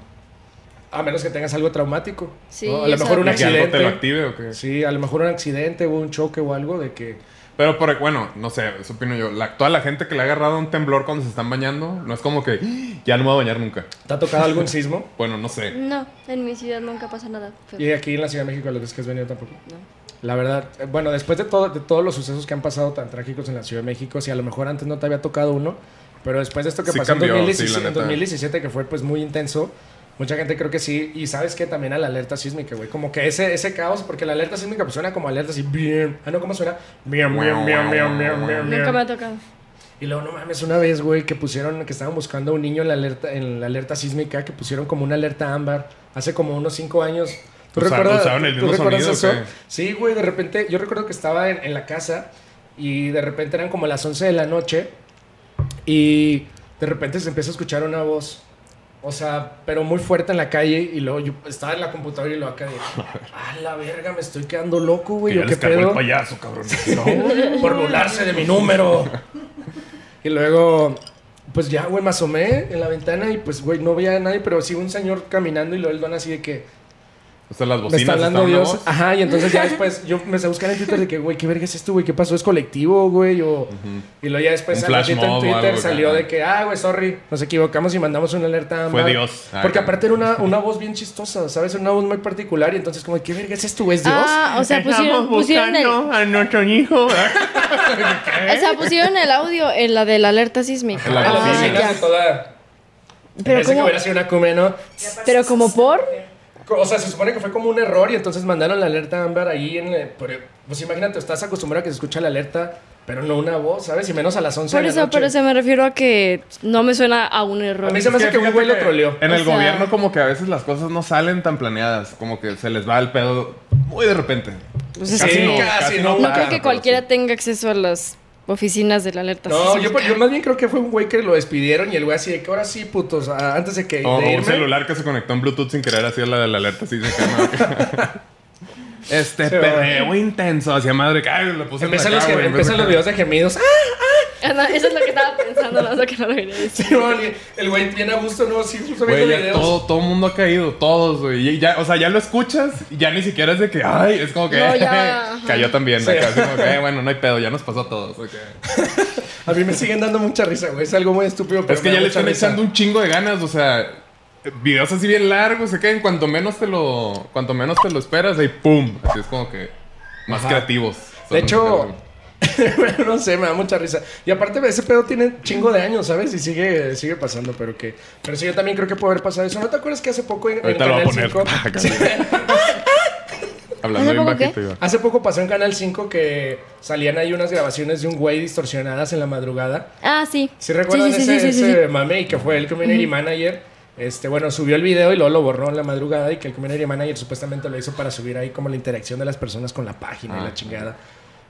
S2: A menos que tengas algo traumático.
S4: Sí,
S2: ¿no? A lo
S4: esa-
S2: mejor un
S4: Y
S3: Que algo te lo
S2: accidente.
S3: active o qué.
S2: Sí, a lo mejor un accidente o un choque o algo de que...
S3: Pero, por, bueno, no sé, eso opino yo. La, toda la gente que le ha agarrado un temblor cuando se están bañando, no es como que "Ah, ya no me voy a bañar nunca.
S2: ¿Te ha tocado algún sismo?
S3: Bueno, no sé.
S4: No, en mi ciudad nunca pasa nada. pero-
S2: Y aquí en la Ciudad de México, a los veces que has venido tampoco.
S4: No.
S2: La verdad, eh, bueno, después de, todo, de todos los sucesos que han pasado tan trágicos en la Ciudad de México, si a lo mejor antes no te había tocado uno, pero después de esto que
S3: Sí
S2: pasó en,
S3: cambió, sí,
S2: 2017,
S3: la neta.
S2: en 2017, que fue pues muy intenso, mucha gente creo que sí, y sabes que también a la alerta sísmica, güey, como que ese, ese caos, porque la alerta sísmica pues suena como alerta así, bien, ah, no, ¿cómo suena? Bien, bien, bien, bien, bien, bien, bien.
S4: Nunca me ha tocado.
S2: Y luego, no mames, una vez, güey, que pusieron, que estaban buscando a un niño en la alerta, en la alerta sísmica, que pusieron como una alerta ámbar hace como unos cinco años. ¿Tú
S3: Usa-
S2: recuerdas?
S3: usaban el
S2: tú
S3: mismo
S2: recuerdas
S3: sonido, ¿o
S2: eso?
S3: qué?
S2: Sí, güey, de repente, yo recuerdo que estaba en, en la casa y de repente eran como las 11 de la noche y de repente se empieza a escuchar una voz. O sea, pero muy fuerte en la calle y luego yo estaba en la computadora y lo acá de, ah, la verga, me estoy quedando loco, güey,
S3: que
S2: ¿o
S3: ya
S2: qué
S3: les cargó
S2: pedo?
S3: el payaso, cabrón.
S2: No, por burlarse de mi número. Y luego, pues ya, güey, me asomé en la ventana y pues, güey, no veía a nadie, pero sí un señor caminando y luego el don así de que
S3: O sea, las bocinas.
S2: me está hablando
S3: estaban a
S2: Dios. Ah,
S3: voz.
S2: Ajá, y entonces ya después yo me a buscar en Twitter de que, güey, ¿qué verga es esto, güey? ¿Qué pasó? ¿Es colectivo, güey? O... Y luego ya después
S3: Un
S2: al
S3: flash
S2: ratito en
S3: mob o
S2: Twitter
S3: algo,
S2: salió
S3: ajá.
S2: de que, ah, güey, sorry, nos equivocamos y mandamos una alerta.
S3: Fue
S2: ámbar".
S3: Dios. Ah,
S2: Porque
S3: ya.
S2: aparte era una, una voz bien chistosa, ¿sabes? Una voz muy particular y entonces como, ¿qué verga es esto, güey? ¿Es Dios?
S5: Ah, o sea, pusieron, pusieron el, o
S3: a nuestro hijo.
S5: sea, pusieron el audio en la de la alerta sísmica.
S3: En la
S2: Ah,
S5: Ah,
S3: bocina.
S2: sí,
S5: ya.
S2: casi toda...
S5: Pero
S2: Parece que
S5: como,
S2: hubiera sido una cumbia, ¿no?
S5: pero como por...
S2: O sea, se supone que fue como un error y entonces mandaron la alerta Amber ahí en... eh, pero, Pues imagínate, estás acostumbrado a que se escucha la alerta, pero no una voz, ¿sabes? Y menos a las 11
S5: Por
S2: de la
S5: eso,
S2: noche.
S5: pero se me refiero a que no me suena a un
S2: A
S5: error.
S2: mí se me hace que un güey lo troleó.
S3: En
S5: O
S3: el
S5: sea-
S3: gobierno, como que a veces las cosas no salen tan planeadas. Como que se les va el pedo muy de repente.
S5: Pues es
S2: Casi
S5: que
S2: no,
S5: no,
S2: casi no.
S3: pasa,
S5: creo que
S3: pero
S5: cualquiera
S3: sí.
S5: tenga acceso a las oficinas de la alerta
S2: No, yo,
S5: sísmica.
S2: yo más bien creo que fue un güey que lo despidieron y el güey así de que ahora sí, putos, a- antes de que...
S3: O,
S2: de
S3: o un
S2: irme".
S3: celular que se conectó en Bluetooth sin querer hacía la de la alerta así de cámara. Este
S2: Se va.
S3: perreo intenso hacia madre. Ay, lo puse en la
S2: Empiezan los,
S3: cara,
S2: gem-
S3: güey, en vez
S2: empiezan
S3: de
S2: los
S3: cara.
S2: videos de gemidos. ¡Ah! ¡Ah!
S4: Ah, no, eso es lo que estaba pensando, no, lo que no lo quería decir.
S2: Simón, y el güey bien a gusto, ¿no? Sí, justo
S3: Güey,
S2: viendo
S3: ya
S2: videos.
S3: todo, todo mundo ha caído, todos, güey. Y ya, o sea, ya lo escuchas y ya ni siquiera es de que, ay, es como que
S4: No, ya, ajá.
S3: cayó también.
S2: Sí.
S3: acá, así como que, "Eh, bueno, no hay pedo, ya nos pasó a todos. ok.
S2: A mí me siguen dando mucha risa, güey. Es algo muy estúpido. Pero
S3: Es que
S2: me da
S3: ya le
S2: mucha
S3: están
S2: risa.
S3: echando un chingo de ganas, o sea, videos así bien largos, se caen cuanto menos te lo, cuanto menos te lo esperas, ahí pum, así es como que más
S2: Ajá.
S3: creativos.
S2: De
S3: Son-
S2: hecho, no sé, me da mucha risa. Y aparte, ese pedo tiene chingo de años, ¿sabes? Y sigue, sigue pasando, pero que. Pero sí, yo también creo que puede haber pasado eso. ¿No te acuerdas que hace poco en, en
S3: Ahorita lo voy a
S2: Canal
S3: poner. Ah,
S2: 5?
S3: Acá.
S2: Sí.
S3: hablando bien
S4: ¿Hace poco qué?
S3: bajito, iba.
S2: hace poco pasó en Canal 5 que salían ahí unas grabaciones de un güey distorsionadas en la madrugada.
S4: Ah, sí.
S2: Si recuerdan
S4: Sí, sí, sí,
S2: ese,
S4: sí, sí, sí.
S2: ese mame y que fue el community manager, este, bueno, subió el video y luego lo borró en la madrugada y que el community manager supuestamente lo hizo para subir ahí como la interacción de las personas con la página y
S3: Ah.
S2: la chingada.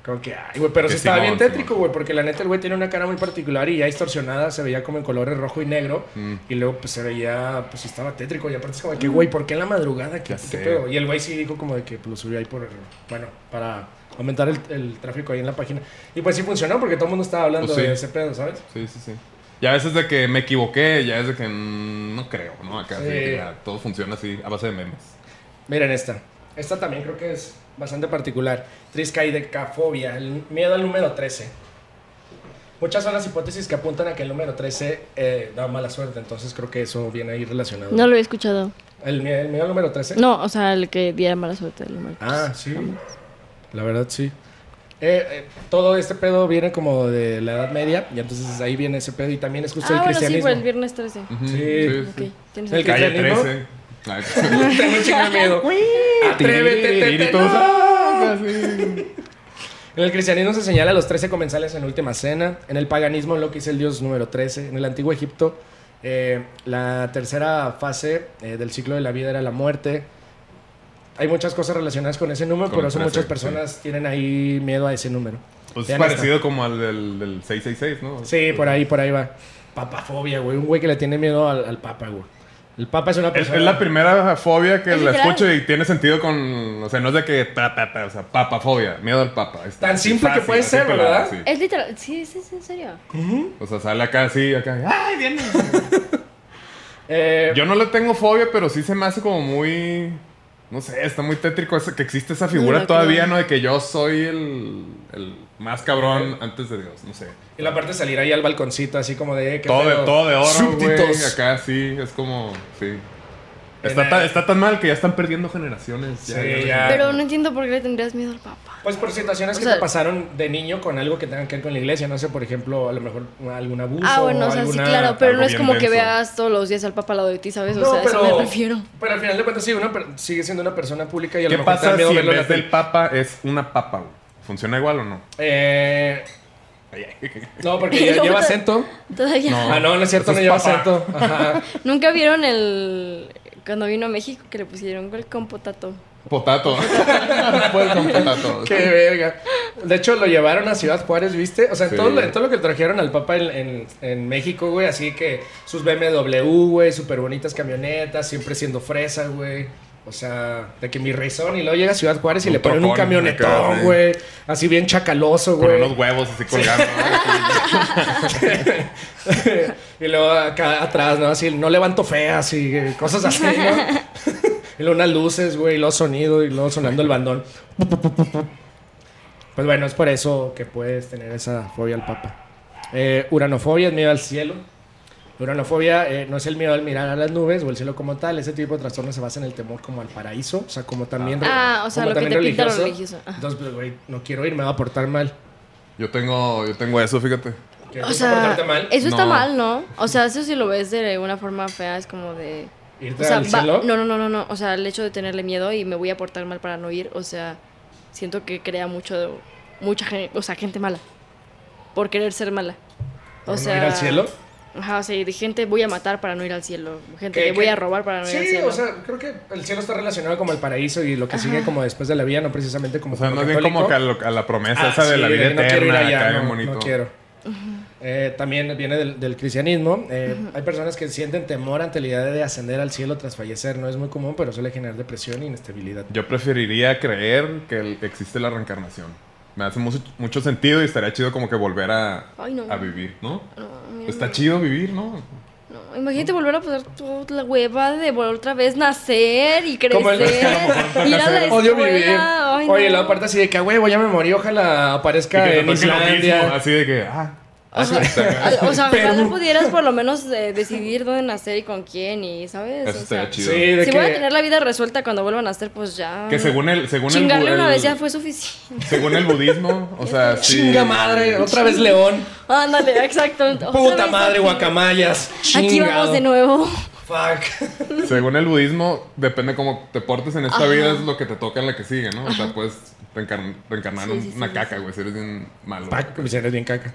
S2: Como que, ay, güey, pero
S3: Que
S2: sí estaba
S3: Simón,
S2: bien tétrico,
S3: Simón.
S2: güey, porque la neta el güey tiene una cara muy particular y ya distorsionada, se veía como en colores rojo y negro
S3: Mm.
S2: y luego pues se veía, pues sí estaba tétrico y aparte es como de que, güey, ¿por qué en la madrugada? ¿Qué,
S3: Ya
S2: qué
S3: sé.
S2: pedo? Y el güey sí dijo como de que pues, lo subió ahí por, bueno, para aumentar el, el tráfico ahí en la página. Y pues sí funcionó porque todo el mundo estaba hablando
S3: Pues, sí.
S2: de ese pedo, ¿sabes?
S3: Sí, sí, sí. Ya a veces de que me equivoqué, ya es de que mm, no creo, ¿no? Acá
S2: Sí.
S3: sí que ya todo funciona así, a base de memes.
S2: Miren esta. Esta también creo que es bastante particular. Triskaidecafobia, el miedo al número 13. Muchas son las hipótesis que apuntan a que el número 13 eh, da mala suerte, entonces creo que eso viene ahí relacionado.
S5: No lo he escuchado.
S2: ¿El, mie- el miedo al número 13?
S5: No, o sea, el que diera mala suerte del número.
S2: Ah, sí. La verdad, sí. Eh, eh, todo este pedo viene como de la Edad Media, y entonces ahí viene ese pedo, y también es justo
S4: Ah,
S2: el
S4: bueno, sí,
S2: cristianismo.
S4: por el viernes 13.
S3: Ujú,
S2: Sí.
S5: Ok, tienes
S2: El
S5: sentido.
S3: Calle
S2: cristianismo.
S3: 13. Ay,
S2: Tengo un chingo de miedo. Atrévete,
S3: Y
S2: Tete,
S3: todos,
S2: no.
S3: "Ah", así.
S2: En el cristianismo se señala a los 13 comensales en la última cena. En el paganismo, lo que es el dios número 13. En el antiguo Egipto, eh, la tercera fase eh, del ciclo de la vida era la muerte. Hay muchas cosas relacionadas con ese número,
S3: Con
S2: por
S3: el
S2: eso
S3: 13,
S2: muchas personas tienen ahí miedo a ese número.
S3: Pues es
S2: Vean esta.
S3: parecido como al del, del 666, ¿no?
S2: Sí, pues, por ahí, por ahí va. Papafobia, güey. Un güey que le tiene miedo al, al papa, güey. El papa es una
S3: Es,
S2: persona.
S3: es la primera fobia que
S4: Es
S3: la
S4: literal.
S3: escucho y tiene sentido con. O sea, no es de que. ta, ta, ta, o sea, papafobia, miedo al papa. Es
S2: Tan simple que puede
S3: así
S2: ser,
S3: pelada,
S2: ¿verdad?
S3: sí.
S4: Es literal, sí, sí, sí, en serio.
S3: O sea, sale acá así, acá. ¡Ay, viene!
S2: Eh,
S3: Yo no le tengo fobia, pero sí se me hace como muy. No sé, está muy tétrico ese- que existe esa figura
S5: No, no,
S3: todavía,
S5: claro.
S3: ¿no? De que yo soy el, el más cabrón antes de Dios, no sé.
S2: Y la parte de salir ahí al balconcito, así como de. ¿qué
S3: Todo de,
S2: pedo?
S3: todo de oro, güey.
S2: Súbditos.
S3: Acá sí, es como. Sí.
S2: En
S3: Está, tan,
S2: el-
S3: está tan mal que ya están perdiendo generaciones.
S2: Sí, ya.
S5: Pero no entiendo por qué le tendrías miedo al papá.
S2: Pues por situaciones
S5: O
S2: que
S5: sea-
S2: te pasaron de niño con algo que tengan que ver con la iglesia, no sé, por ejemplo, a lo mejor algún abuso.
S5: Ah, bueno, o sea, sí,
S2: alguna-
S5: claro, pero
S3: algo
S5: no es
S3: bien
S5: como que
S3: denso.
S5: veas todos los días al papá al lado de ti, ¿sabes? O
S2: No,
S5: sea, a eso me refiero.
S2: Pero al final de cuentas sigue, una per- sigue siendo una persona pública y a
S3: ¿Qué
S2: lo mejor te da
S3: pasa
S2: miedo
S3: si en
S2: verlo en la
S3: vez del
S2: tele.
S3: papa es una papa, güey? ¿Funciona igual o no?
S2: Eh, no, porque ya-
S4: No,
S2: lleva
S4: puta.
S2: acento.
S4: Todavía.
S2: Ah, no, no es cierto, no
S3: Eso es
S2: lleva
S3: papá.
S2: acento. Ajá.
S4: Nunca vieron el. Cuando vino a México que le pusieron el compotato.
S3: Potato. Puedes con potato.
S2: Qué verga. De hecho, lo llevaron a Ciudad Juárez, ¿viste? O sea, en,
S3: Sí.
S2: todo, lo, en todo lo que trajeron al Papa en, en- en México, güey. Así que sus BMW, güey, súper bonitas camionetas, siempre siendo fresa, güey. O sea, de que mi rezón y luego llega a Ciudad Juárez y
S3: Un
S2: le ponen un
S3: trocón, acá,
S2: camionetón,
S3: sí.
S2: güey. Así bien chacaloso,
S3: Con
S2: güey.
S3: unos huevos así colgando. ¿no?
S2: y luego acá atrás, ¿no? Así, no levanto feas y eh, cosas así, ¿no? y luego unas luces, güey, y luego sonido, y luego sonando el bandón. Pues bueno, es por eso que puedes tener esa fobia al papa. Eh, uranofobia es miedo al cielo. Uranofobia eh, no es el miedo al mirar a las nubes o el cielo como tal. Ese tipo de trastorno se basa en el temor como al paraíso, o sea, como también. re-
S5: Ah, o sea,
S2: como
S5: lo que
S2: también
S5: te pinta lo religioso. Ah.
S2: Entonces, pues, güey, no quiero ir, me va a portar mal.
S3: Yo tengo, yo tengo eso, fíjate.
S2: ¿Qué
S5: O
S2: gusta
S5: sea,
S2: portarte mal?
S5: eso está
S3: No.
S5: mal, ¿no? O sea, eso si lo ves de una forma fea es como de...
S2: ¿Irte
S5: O sea,
S2: al
S5: va-
S2: cielo?
S5: no, no, no, no, no. O sea, el hecho de tenerle miedo y me voy a portar mal para no ir, o sea, siento que crea mucho, mucha gente, o sea, gente mala. Por querer ser mala. O
S2: ¿Por no
S5: sea,
S2: ir al cielo?
S5: Ajá, o sea, y de gente voy a matar para no ir al cielo. Gente
S2: Que-
S5: que, voy
S2: Eh, que-
S5: a robar para no ir al
S2: Sí,
S5: cielo.
S2: o sea, creo que el cielo está relacionado como el paraíso y lo que sigue como después de la vida, no precisamente como
S3: O sea,
S2: con lo
S3: más bien como
S2: católico.
S3: que a, lo- a la promesa
S2: Ah,
S3: esa de
S2: sí,
S3: la vida
S2: que no quiero ir
S3: eterna,
S2: allá,
S3: acá
S2: no,
S3: bien bonito.
S2: no quiero. Eh, también viene del, del cristianismo. Eh, Hay personas que sienten temor ante la idea de ascender al cielo tras fallecer. No es muy común, pero suele generar depresión e inestabilidad.
S3: Yo preferiría creer que el- existe la reencarnación. Me hace mucho, mucho sentido y estaría chido como que volver a,
S5: Ay, no.
S3: a vivir, ¿no?
S5: No, mi
S3: Está
S5: amor,
S3: chido vivir, ¿no?
S5: no. Imagínate volver a pasar toda la hueva de volver otra vez nacer y crecer.
S2: Como el-
S5: ir a la escuela.
S2: Odio vivir.
S5: Ay,
S2: Oye,
S5: no.
S2: la parte así de que, "Ah, huevo, ya me morí, ojalá aparezca
S3: Y que te
S2: en
S3: toque lo mismo,
S2: Islandia.
S3: así de que, ah,
S5: O sea, al- o sea,
S2: Perú.
S5: ojalá pudieras por lo menos eh, decidir dónde nacer y con quién y, ¿sabes?
S3: eso
S5: O
S3: estaría
S5: sea,
S2: Sí,
S3: chido.
S2: de
S5: si
S2: que.
S5: voy a tener la vida resuelta cuando vuelva a nacer, pues ya.
S3: Que según el, según el, bu-
S5: Chingarle una
S3: el-
S5: vez ya fue suficiente.
S3: según el budismo, o sea, sí.
S2: Chinga madre, otra vez León.
S5: Ándale, exacto. Otra
S2: Puta
S5: vez
S2: madre,
S5: aquí.
S2: guacamayas.
S5: Aquí
S2: Chingado.
S5: vamos de nuevo.
S2: Fuck.
S3: Según el budismo, depende cómo te portes en esta vida, es lo que te toca en la que sigue, ¿no? O sea, puedes reencar- reencarnar en una caca, güey, si eres bien malo.
S2: Fuck, me hicieron bien caca.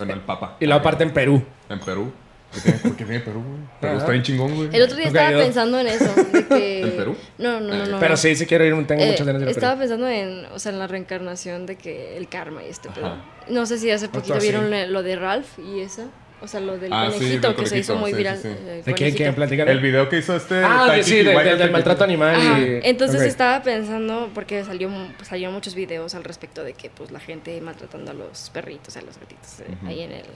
S3: En el papa.
S2: Y la parte en Perú.
S3: En Perú. ¿Por qué- ¿Por qué viene Perú, güey? Perú
S2: Ajá.
S3: está bien chingón, güey.
S5: El otro día
S2: Ok,
S5: estaba
S2: yo- Ah,
S5: pensando en eso. De que...
S2: Eh,
S3: ¿En Perú?
S5: No, no, no. no.
S2: Pero sí, sí quiero ir, tengo
S5: Eh,
S2: muchas ganas de ir a
S5: estaba
S2: Perú.
S5: pensando en, o sea, en la reencarnación de que el karma y este
S3: Ajá.
S5: pedo. No sé si hace poquito
S2: Otra, sí.
S5: vieron eh, lo de Ralph y esa. O sea, lo del
S3: Ah, sí,
S5: conejito
S3: del
S5: que se
S3: conejito,
S5: hizo muy
S3: sí,
S5: viral.
S3: sí, sí.
S5: el
S2: ¿De quién?
S5: conejito.
S2: ¿Quién? Platicar.
S3: El video que hizo este.
S2: Ah, de-
S3: Taiki
S2: sí, de-
S3: Kiwai-
S2: del, del maltrato animal.
S5: Ajá,
S2: y-
S5: Entonces
S2: Ok.
S5: estaba pensando, porque salió, mu- pues, salieron muchos videos al respecto de que pues la gente maltratando a los perritos, a los gatitos, eh, ahí en el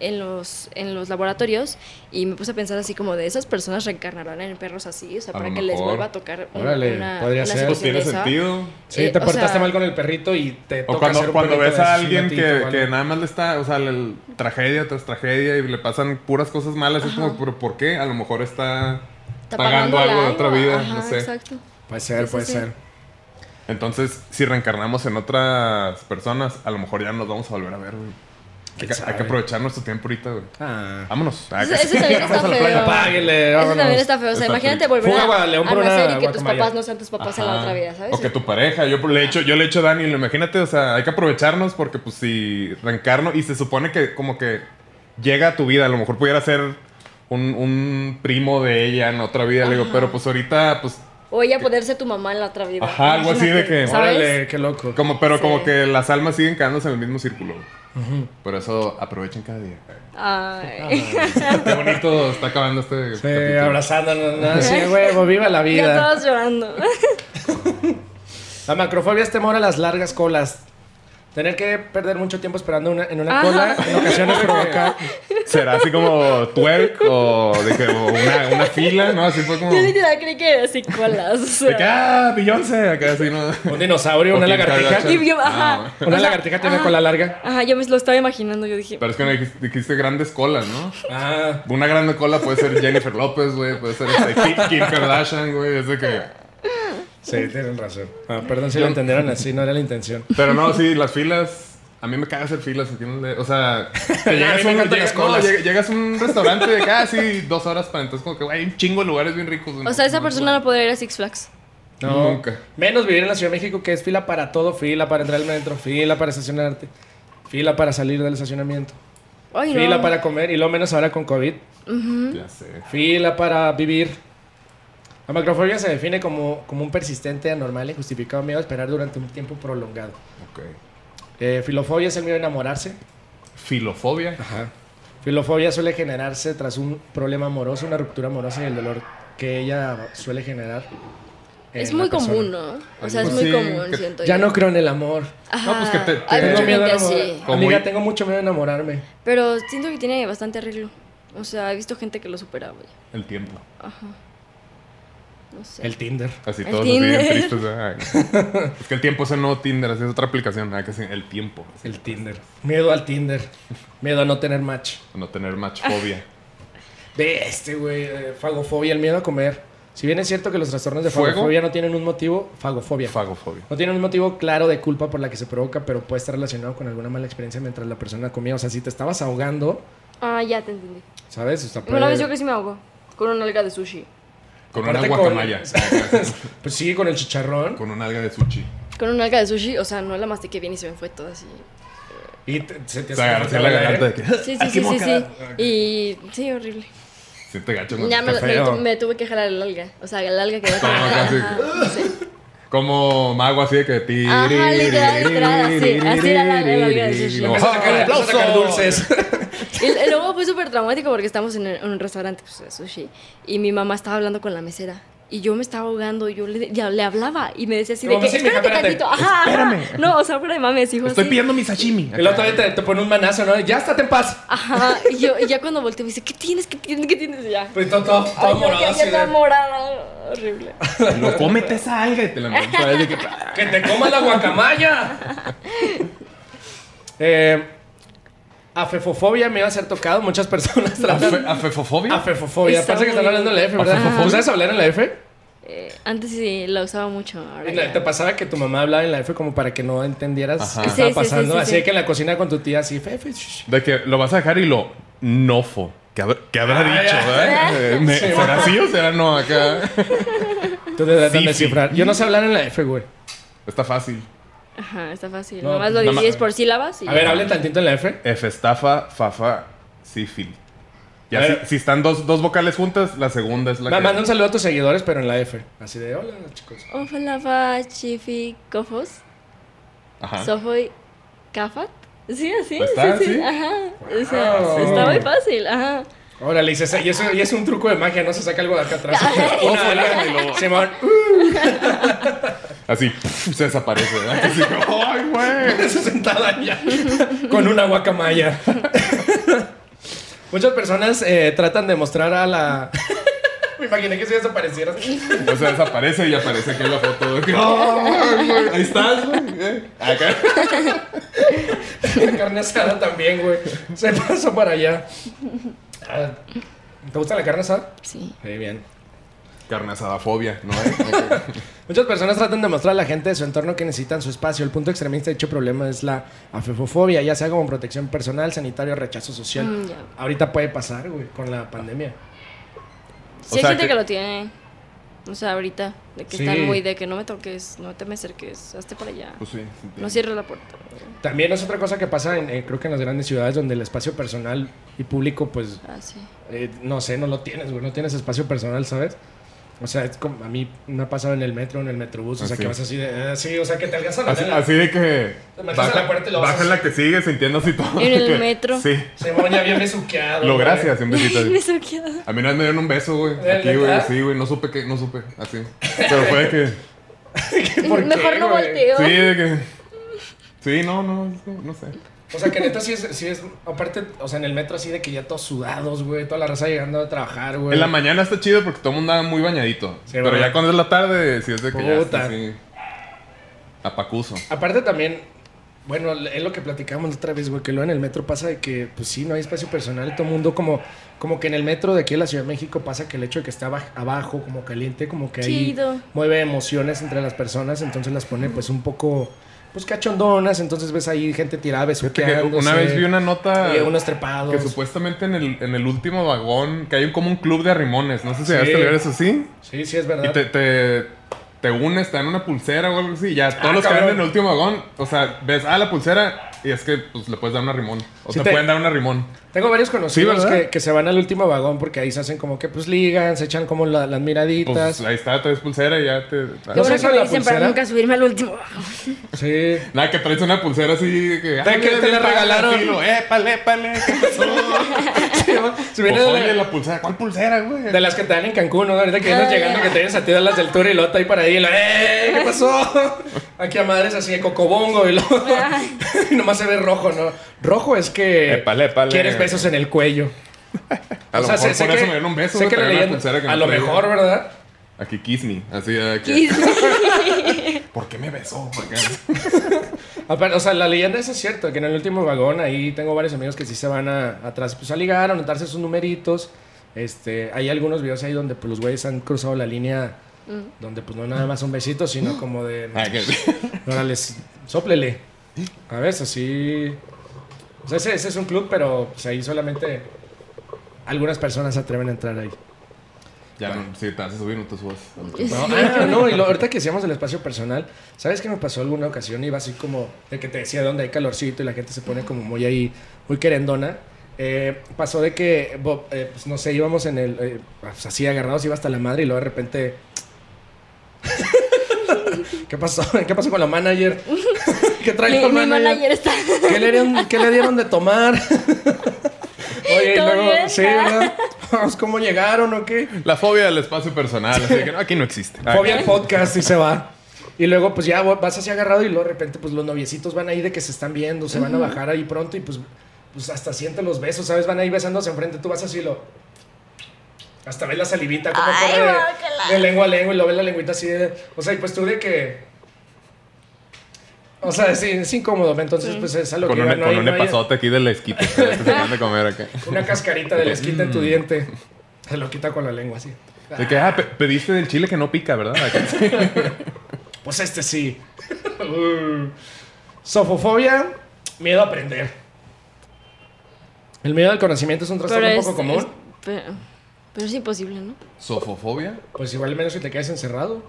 S5: en los en los laboratorios y me puse a pensar así como de esas personas reencarnarán en perros así, o sea,
S3: A lo
S5: para que les
S3: mejor.
S5: vuelva a tocar un-
S2: Órale,
S5: una,
S2: podría
S5: una
S2: ser.
S3: Pues
S5: situación
S3: tiene
S5: de esa.
S3: sentido.
S2: Sí,
S5: Eh,
S2: te
S5: o
S2: portaste
S5: sea-
S2: mal con el perrito y te toca
S3: O
S2: hacer
S3: cuando,
S2: un
S3: cuando
S2: perrito
S3: ves
S2: de
S3: a alguien
S2: latito o
S3: que,
S2: algo.
S3: que nada más le está, o sea, la- la tragedia tras tragedia y le pasan puras cosas malas, es como, pero ¿por qué? A lo mejor está,
S5: Está
S3: pagando,
S5: pagándole
S3: algo de otra vida,
S5: Ajá,
S3: no sé.
S5: Exacto.
S2: Puede ser,
S5: Sí,
S2: puede
S5: sí,
S2: ser.
S3: Entonces, si reencarnamos en otras personas, a lo mejor ya nos vamos a volver a ver, güey. Hay,
S2: ¿Quién
S3: que- hay
S2: sabe?
S3: que aprovechar nuestro tiempo ahorita, güey.
S2: Ah.
S3: Vámonos. Ah,
S5: Eso,
S3: que-
S5: eso también está
S2: Vamos al playa,
S5: feo.
S2: páguenle,
S5: eso
S2: vámonos.
S5: también está feo. O sea,
S3: Está
S5: imagínate
S3: feo.
S5: volver
S2: Fuga,
S5: a,
S2: Guadalajara,
S5: a
S2: por una
S5: nacer y que tus
S2: guacamaya.
S5: papás no sean tus papás en la
S3: Ajá.
S5: otra vida, ¿sabes?
S3: O que tu pareja. Yo le he hecho, yo le he hecho a Dani, lo imagínate, o sea, hay que aprovecharnos porque pues si reencarno y se supone que como que llega a tu vida, a lo mejor pudiera ser un, un primo de ella en otra vida, le digo, pero pues ahorita pues
S5: O ella poder ser tu mamá en la otra vida.
S3: Ajá, algo así de que-
S5: ¿Sabes?
S2: Órale, qué loco.
S3: como pero
S5: Sí.
S3: como que las almas siguen quedándose en el mismo círculo. Por eso aprovechen cada día.
S5: Ay.
S3: Qué bonito está acabando este
S2: Sí,
S3: capítulo.
S2: abrazándonos, ¿no? Sí, huevo, viva la
S5: Ya
S2: vida.
S5: todos llorando.
S2: La macrofobia es temor a las largas colas. Tener que perder mucho tiempo esperando una- en una
S5: Ajá.
S2: cola, en ocasiones provoca.
S3: Será así como twerk o de que o una, una fila, ¿no? Así fue como.
S5: Yo
S3: De
S5: literal creí que era así colas. o sea.
S3: que, ah, Beyoncé, acá así, ¿no?
S2: Un dinosaurio, una
S3: O Kim
S2: lagartija.
S3: Kardashian.
S5: Y yo, ajá.
S3: Ah,
S2: Una lagartija tiene cola larga.
S5: Ajá, yo me lo estaba imaginando. Yo dije,
S3: Pero es que no dijiste, dijiste grandes colas, ¿no?
S2: Ah,
S3: Una grande cola puede ser Jennifer López, güey. Puede ser este, Kim, Kim Kardashian, güey. Es de que...
S2: sí, tienen razón. Ah, perdón si lo entendieron así, no era la intención.
S3: Pero no, sí, las filas... A mí me caga hacer filas. aquí en el- O sea, te llegas,
S2: mí
S3: a
S2: me
S3: un,
S2: encantan las
S3: llegas-
S2: colas.
S3: no, lleg- llegas a un restaurante de casi dos horas para entonces como que, güey, hay un chingo de lugares bien ricos. güey.
S5: o sea, esa persona no podría ir a Six Flags.
S2: No,
S3: Nunca.
S2: Menos vivir en la Ciudad de México, que es fila para todo, fila para entrar al metro, fila para estacionarte, fila para salir del estacionamiento,
S5: Ay, no.
S2: fila para comer, y lo menos ahora con COVID,
S3: Ya sé.
S2: fila para vivir. La macrofobia se define como, como un persistente, anormal y justificado miedo a esperar durante un tiempo prolongado.
S3: Ok.
S2: Eh, filofobia es el miedo a enamorarse.
S3: Filofobia.
S2: Ajá. Filofobia suele generarse tras un problema amoroso, una ruptura amorosa y el dolor que ella suele generar. en
S5: Es
S2: la
S5: muy
S2: persona.
S5: común, ¿no? O sea, es
S3: Pues
S5: muy
S3: sí,
S5: común,
S3: que-
S5: siento
S2: Ya
S5: yo.
S2: no creo en el amor.
S5: Ajá.
S3: No, pues que te-
S5: Hay
S3: te-
S5: mucha
S2: Tengo miedo a
S5: gente
S2: enamorarme.
S5: así.
S3: Como
S2: Amiga,
S3: muy-
S2: tengo mucho miedo de enamorarme.
S5: Pero siento que tiene bastante arreglo. O sea, he visto gente que lo superaba ya.
S3: El tiempo.
S5: No sé.
S2: El Tinder.
S3: Así
S5: El
S3: todos así bien
S5: Tinder.
S3: tristes. ¿verdad? es que el tiempo es el nuevo Tinder. Así es otra aplicación. ¿verdad? Que sí, el tiempo. así,
S2: El Tinder. Miedo al Tinder. Miedo a no tener match.
S3: No tener matchfobia.
S2: De este, güey. eh, Fagofobia, el miedo a comer. Si bien es cierto que los trastornos de
S3: ¿Fuego?
S2: fagofobia no tienen un motivo, fagofobia.
S3: Fagofobia.
S2: no tienen un motivo claro de culpa por la que se provoca, pero puede estar relacionado con alguna mala experiencia mientras la persona comía. O sea, si te estabas ahogando,
S5: Ah, ya te entendí.
S2: ¿sabes? O sea, puede-
S5: Una vez yo casi me ahogo. Con una alga de sushi.
S3: Con una
S2: Aparte con-
S3: guacamaya.
S2: Pues sí, con el chicharrón.
S3: Con una alga de sushi.
S5: Con una alga de sushi, o sea, no la mastiqué bien y se me fue toda así.
S2: Y te- se te
S3: Se agarré la
S2: el aire.
S3: garganta de que.
S5: Sí,
S2: Ah,
S5: sí, sí, sí, sí. Y sí, horrible.
S3: Sí, te gacho. güey.
S5: Ya me,
S2: está
S5: me
S2: feo.
S5: tu- me tuve que jalar el alga. O sea, el alga quedó
S3: Como casi. Como mago así de que ti.
S5: Ajá, literal, literal, así, así era la- la vida de sushi.
S3: No,
S2: Vas a sacar
S3: aplausos.
S2: vas a sacar dulces.
S5: Y, y luego fue súper traumático porque estamos en, en un restaurante, pues, de sushi. Y mi mamá estaba hablando con la mesera. Y yo me estaba ahogando, yo le, ya le hablaba y me decía así de
S2: Como
S5: que,
S2: así, mija,
S5: espérate
S2: espérate,
S5: tantito, ajá, ajá".
S3: espérame.
S5: No, o sea, fuera de mames, hijo
S3: Estoy
S5: así.
S3: pidiendo mi sashimi.
S2: El otro día te, te pone un manazo, ¿no? Ya estate en paz.
S5: Ajá, y, yo, y ya cuando volteé me dice, ¿qué tienes, qué tienes, qué tienes? Y ya.
S2: Pues todo, todo, todo
S5: Ay, yo
S2: morado,
S5: ya,
S2: así
S5: ya
S2: de,
S5: estaba morada, horrible.
S3: Lo cómete esa alga y te la meto. ahí de que, "Ah".
S2: ¡Que te coma la guacamaya! eh, afefofobia me iba a ser tocado. Muchas personas
S3: Afe-
S2: tratan...
S3: ¿Afefofobia?
S2: Afefofobia.
S5: Está
S2: Parece que están
S5: muy-
S2: hablando de la F, ¿verdad?
S3: Afefofobia.
S2: ¿Tú sabes hablar en la F?
S5: Eh, antes sí la usaba mucho, ahora
S2: La-
S5: ya.
S2: ¿Te pasaba que tu mamá hablaba en la F como para que no entendieras
S3: Ajá.
S2: qué
S3: Sí,
S2: estaba
S5: sí, sí,
S2: pasando?
S5: sí,
S2: así
S5: sí.
S2: que en la cocina con tu tía, así, F, F, shh.
S3: de que lo vas a dejar y lo nofo. ¿Qué, habrá- qué habrá
S2: Ah,
S3: dicho?
S2: ya.
S3: ¿verdad? Eh, me-
S2: Sí,
S3: ¿Será sí o será no acá?
S2: Entonces tratan de
S3: Sí, sí.
S2: cifrar. Yo no sé hablar en la F, güey.
S3: Está fácil.
S5: Ajá, está fácil.
S2: No, pues
S5: nomás lo
S3: nada más-
S5: divides por sílabas y
S2: A ver, hable tantito en la F.
S3: F estafa, fafa, sífil.
S2: A
S3: Ya
S2: ver.
S3: si, si están dos, dos vocales juntas, la segunda es la
S2: Ma-
S3: que...
S2: Manda un saludo a tus seguidores, pero en la F. Así de, hola, chicos.
S5: Ofalafa, chifi, cofos,
S2: Ah.
S3: Ajá.
S5: sofoy, cafat. Sí, así,
S3: Pues está,
S5: sí, sí,
S3: sí.
S5: ajá. O sea,
S2: Wow.
S5: está muy fácil, ajá.
S2: Órale, y, se sa- y eso, y es un truco de magia, no se saca algo de acá atrás. Una alga. Simón,
S3: Así, pf, se desaparece. ¿verdad? Así, ¡Ay, güey!
S2: Eso sentada ya con una guacamaya. Muchas personas eh, tratan de mostrar a la. Me imaginé que si desaparecieras.
S3: O sea, desaparece y aparece aquí en la foto. de que, ¡Ay, güey! Ahí estás, güey. Eh, Acá.
S2: La carne asada también, güey. Se pasó para allá. Ah, ¿Te gusta la carne asada?
S5: Sí.
S2: Sí, bien.
S3: Carne asada fobia, ¿no? eh?
S2: Muchas personas tratan de mostrar a la gente de su entorno que necesitan su espacio. El punto extremista de dicho problema es la afefofobia, ya sea como protección personal, sanitario, rechazo social.
S5: Mm, ya.
S2: Ahorita puede pasar, güey, con la pandemia.
S3: O
S5: Sí, hay
S3: sea,
S5: gente
S3: que-
S5: que... lo tiene. O sea, ahorita, de que
S2: Sí.
S5: están muy de que no me toques, no te me acerques, hazte para allá.
S3: Pues sí. sí,
S5: no
S3: tiene.
S5: cierres la puerta.
S2: También es otra cosa que pasa, en, eh, creo que en las grandes ciudades donde el espacio personal y público, pues,
S5: Así.
S2: eh, no sé, no lo tienes, güey, no tienes espacio personal, ¿sabes? O sea, es como- a mí me ha pasado en el metro, en el metrobús, o sea,
S3: Así.
S2: que vas así de, eh, sí, o sea, que te alcanzan a
S3: Así, así de que...
S2: Te metes a la puerta y lo vas
S3: baja
S2: a-
S3: la que sigue sintiendo así todo.
S5: En el
S3: que-
S5: metro.
S3: Sí.
S2: Se moña bien besuqueado.
S3: Lo
S2: güey.
S3: gracias, un besito. así.
S5: Me soqueado.
S3: A mí una vez me dieron un beso, güey.
S2: ¿De
S3: Aquí, güey.
S2: verdad?
S3: Sí, güey. No supe que... No supe. Así. Pero fue de que...
S2: ¿Por qué,
S5: Mejor no
S2: güey?
S5: volteo.
S3: Sí, de que. Sí, no, no, es que no sé.
S2: O sea, que neta sí es, sí es, aparte, o sea, en el metro así de que ya todos sudados, güey, toda la raza llegando a trabajar, güey.
S3: En la mañana está chido porque todo el mundo anda muy bañadito.
S2: Sí,
S3: pero
S2: ¿verdad?
S3: ya cuando es la tarde, sí es de que ya
S2: Puta.
S3: está así. Apacuso.
S2: Aparte también, bueno, es lo que platicábamos otra vez, güey, que luego en el metro pasa de que, pues sí, no hay espacio personal, todo el mundo como, como que en el metro de aquí en la Ciudad de México pasa que el hecho de que está abaj- abajo, como caliente, como que ahí
S5: Chido.
S2: mueve emociones entre las personas, entonces las pone pues un poco, pues cachondonas, entonces ves ahí gente tirada,
S3: Que
S2: besuqueándose.
S3: una vez vi una nota
S2: eh, unos
S3: que
S2: trepados.
S3: supuestamente en el, en el último vagón, que hay como un club de arrimones. No sé si
S2: Sí.
S3: llegaste a leer eso, sí.
S2: Sí, sí, es
S3: Y
S2: verdad.
S3: te, te, te unes, te dan una pulsera o algo así. Y ya todos
S2: Ah,
S3: los que
S2: cabrón.
S3: van en el último vagón, o sea, ves, ah, la pulsera. Y es que pues le puedes dar un arrimón. O
S2: Sí
S3: te,
S2: te-
S3: pueden dar un arrimón.
S2: Tengo varios conocidos
S3: ¿verdad?
S2: que, que se van al último vagón porque ahí se hacen como que pues ligan, se echan como la- las miraditas.
S3: Pues ahí está, traes pulsera y ya te.
S2: No
S5: Yo
S2: sé
S5: creo
S2: si
S5: que me
S2: la
S5: dicen para
S2: pulsera-
S5: nunca subirme al último.
S2: sí.
S3: Nada, que traes una pulsera así de que. "Ah,
S2: De que
S3: mira,
S2: te
S3: bien
S2: la
S3: padre,
S2: regalaron.
S3: así, lo, "Eh, Épale, épale. ¿qué pasó?
S2: Se viene
S3: Pues,
S2: de la-
S3: oye, la pulsera. ¿Cuál pulsera, güey?
S2: De las que te dan en Cancún, ¿no? Ahorita que vienes
S5: Ah,
S2: llegando,
S5: ya.
S2: que te vienes a ti de las del tour y luego te ahí para ahí. y luego, ¡Eh! ¿Qué pasó? Aquí a madres así de cocobongo y luego. y nomás se ve rojo, ¿no? Rojo es que.
S3: Épale, épale.
S2: Quieres besos en el cuello.
S3: A lo
S2: O sea,
S3: mejor
S2: sé- sé
S3: por eso
S2: que-
S3: me dieron un beso.
S2: sé
S3: güey,
S2: que la
S3: traía una
S2: leyenda-
S3: pulsera que
S2: A
S3: no
S2: lo
S3: traía.
S2: mejor, ¿verdad?
S3: Aquí kiss me. Así de que. ¿Por qué me besó? ¿Por qué?
S2: Aparte, O sea, la leyenda eso es cierto, que en el último vagón ahí tengo varios amigos que sí se van a, atrás pues, a ligar, a anotarse sus numeritos. Este, hay algunos videos ahí donde pues, los güeyes han cruzado la línea
S5: Mm.
S2: donde pues no nada más un besito, sino como de...
S3: Ah, que-
S2: Ahora les soplele. A ver, así. O sea, ese, ese es un club, pero pues, ahí solamente algunas personas se atreven a entrar ahí.
S3: Ya no, si te haces subir, no te subas.
S2: No, ah, no, y lo- ahorita que decíamos del espacio personal, ¿sabes qué me pasó alguna ocasión? Iba así como de que te decía donde hay calorcito y la gente se pone como muy ahí, muy querendona. Eh, pasó de que, bo- eh, pues no sé, íbamos en el, eh, pues, así agarrados, iba hasta la madre y luego de repente... ¿Qué pasó? ¿Qué pasó con la manager? ¿Qué trae
S5: Mi,
S2: con
S5: mi manager está.
S2: ¿Qué le dieron, qué le dieron de tomar? Oye, y
S5: ¿Todo
S2: luego,
S5: bien?
S2: sí, ¿verdad? chavos, ¿cómo llegaron o qué?
S3: La fobia del espacio personal. Así que no, aquí no existe. Ay,
S2: Fobia al podcast y se va. Y luego, pues ya vas así agarrado y luego de repente, pues los noviecitos van ahí de que se están viendo, se van a bajar ahí pronto y pues, pues hasta sienten los besos, ¿sabes? Van ahí besándose enfrente, tú vas así y lo. Hasta ves la salivita como
S5: Ay,
S2: corre de-
S5: guácala.
S2: de, lengua a lengua y lo ves la lengüita así de. O sea, y pues tú de que. O sea, sí, es incómodo, entonces, pues es a lo
S3: Con
S2: que
S3: un, e,
S2: iba,
S3: con
S2: hay-
S3: un
S2: hay-
S3: epazote aquí de la esquita. que te sacan de comer acá.
S2: Una cascarita de la esquita en tu diente. Se lo quita con la lengua así.
S3: De que, ah, pe- pediste del chile que no pica, ¿verdad? Acá.
S2: Pues este sí. Uh. Sofofobia, miedo a aprender. El miedo al conocimiento es un trastorno un poco común.
S5: pero, pero es imposible, ¿no?
S3: Sofofobia.
S2: Pues igual al menos si te quedas encerrado.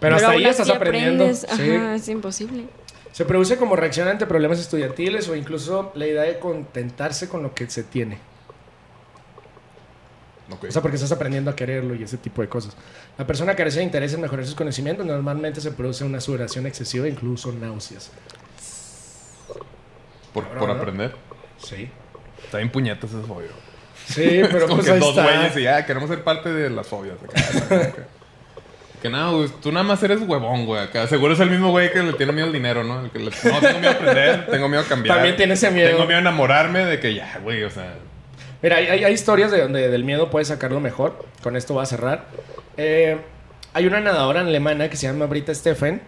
S2: Pero,
S5: Pero
S2: hasta ahí
S5: aún
S2: estás
S5: así
S2: aprendiendo.
S5: aprendes,
S2: Sí.
S5: Ajá, es imposible.
S2: Se produce como reacción ante problemas estudiantiles o incluso la idea de contentarse con lo que se tiene.
S3: Ok.
S2: O sea, porque estás aprendiendo a quererlo y ese tipo de cosas. La persona carece de interés en mejorar sus conocimientos. Normalmente se produce una sudoración excesiva, incluso náuseas.
S3: por, por
S2: cabrón, ¿no?
S3: aprender.
S2: Sí.
S3: Está bien puñetas ese fobio.
S2: Sí, pero
S3: Como
S2: pues
S3: que
S2: ahí
S3: dos
S2: está.
S3: güeyes y ya, queremos ser parte de las fobias. acá. que nada, güey, tú nada más eres huevón, güey. Acá. Seguro es el mismo güey que le tiene miedo al dinero, ¿no? El que le- no, tengo miedo a aprender, tengo miedo a cambiar.
S2: También tiene ese miedo.
S3: Tengo miedo a enamorarme de que ya, güey, o sea.
S2: Mira, hay, hay- hay historias de donde del miedo puedes sacarlo mejor. Con esto voy a cerrar. Eh, hay una nadadora alemana que se llama Brita Steffen,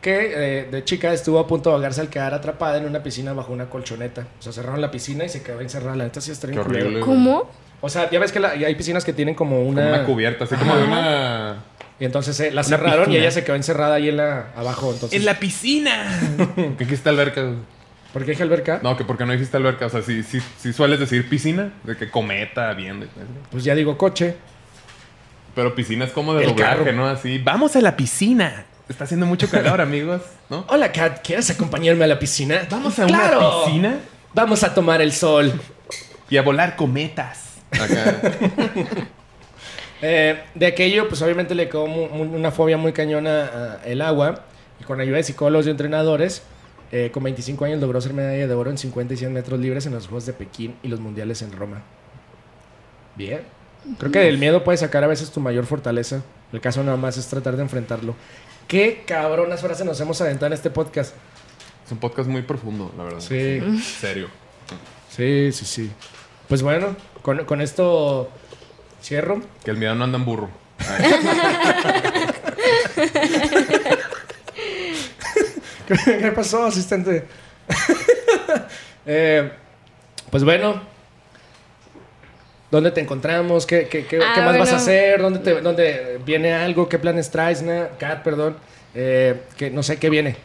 S2: que eh, de chica estuvo a punto de ahogarse al quedar atrapada en una piscina bajo una colchoneta. O sea, cerraron la piscina y se quedó encerrada. La neta sí está bien
S3: Qué
S2: culero.
S3: horrible.
S5: ¿Cómo?
S2: O sea, ya ves que la- y hay piscinas que tienen como una...
S3: Como una cubierta, así como de una.
S2: Y entonces eh, la cerraron y
S3: piscina.
S2: ella se quedó encerrada ahí en la... abajo. Entonces,
S3: piscina. ¿Qué dijiste alberca? güey?
S2: ¿Por qué dije alberca?
S3: No, que porque no dijiste alberca. O sea, si, si, si sueles decir piscina, de que cometa, bien.
S2: Pues ya digo coche.
S3: Pero piscina es como de
S2: El
S3: doblaje,
S2: carro.
S3: ¿no? Así. Vamos a la piscina. Está haciendo mucho calor, amigos, ¿no?
S2: Hola Kat, ¿quieres acompañarme a la piscina?
S3: Vamos a
S2: ¡Claro!
S3: una piscina
S2: Vamos a tomar el sol.
S3: y a volar cometas. Acá.
S2: Eh, de aquello, pues obviamente le quedó mu- mu- una fobia muy cañona al agua. Y con ayuda de psicólogos y entrenadores, eh, con 25 años logró ser medalla de oro en 50 y 100 metros libres en los Juegos de Pekín y los Mundiales en Roma. Bien. Creo que del miedo puedes sacar a veces tu mayor fortaleza. El caso nada más es tratar de enfrentarlo. Qué cabronas frases nos hemos aventado en este podcast.
S3: es un podcast muy profundo, la verdad.
S2: Sí.
S3: Serio.
S2: Sí, sí, sí. Pues bueno, con, con esto cierro.
S3: Que el miedo no anda en burro.
S2: ¿Qué pasó, asistente? Eh, pues bueno. ¿Dónde te encontramos? ¿Qué, qué- qué-
S5: Ah,
S2: qué más vas a
S5: bueno.
S2: hacer? ¿Dónde, te- dónde viene algo? ¿Qué planes traes? Na- Kat, perdón. Eh, que no sé qué viene.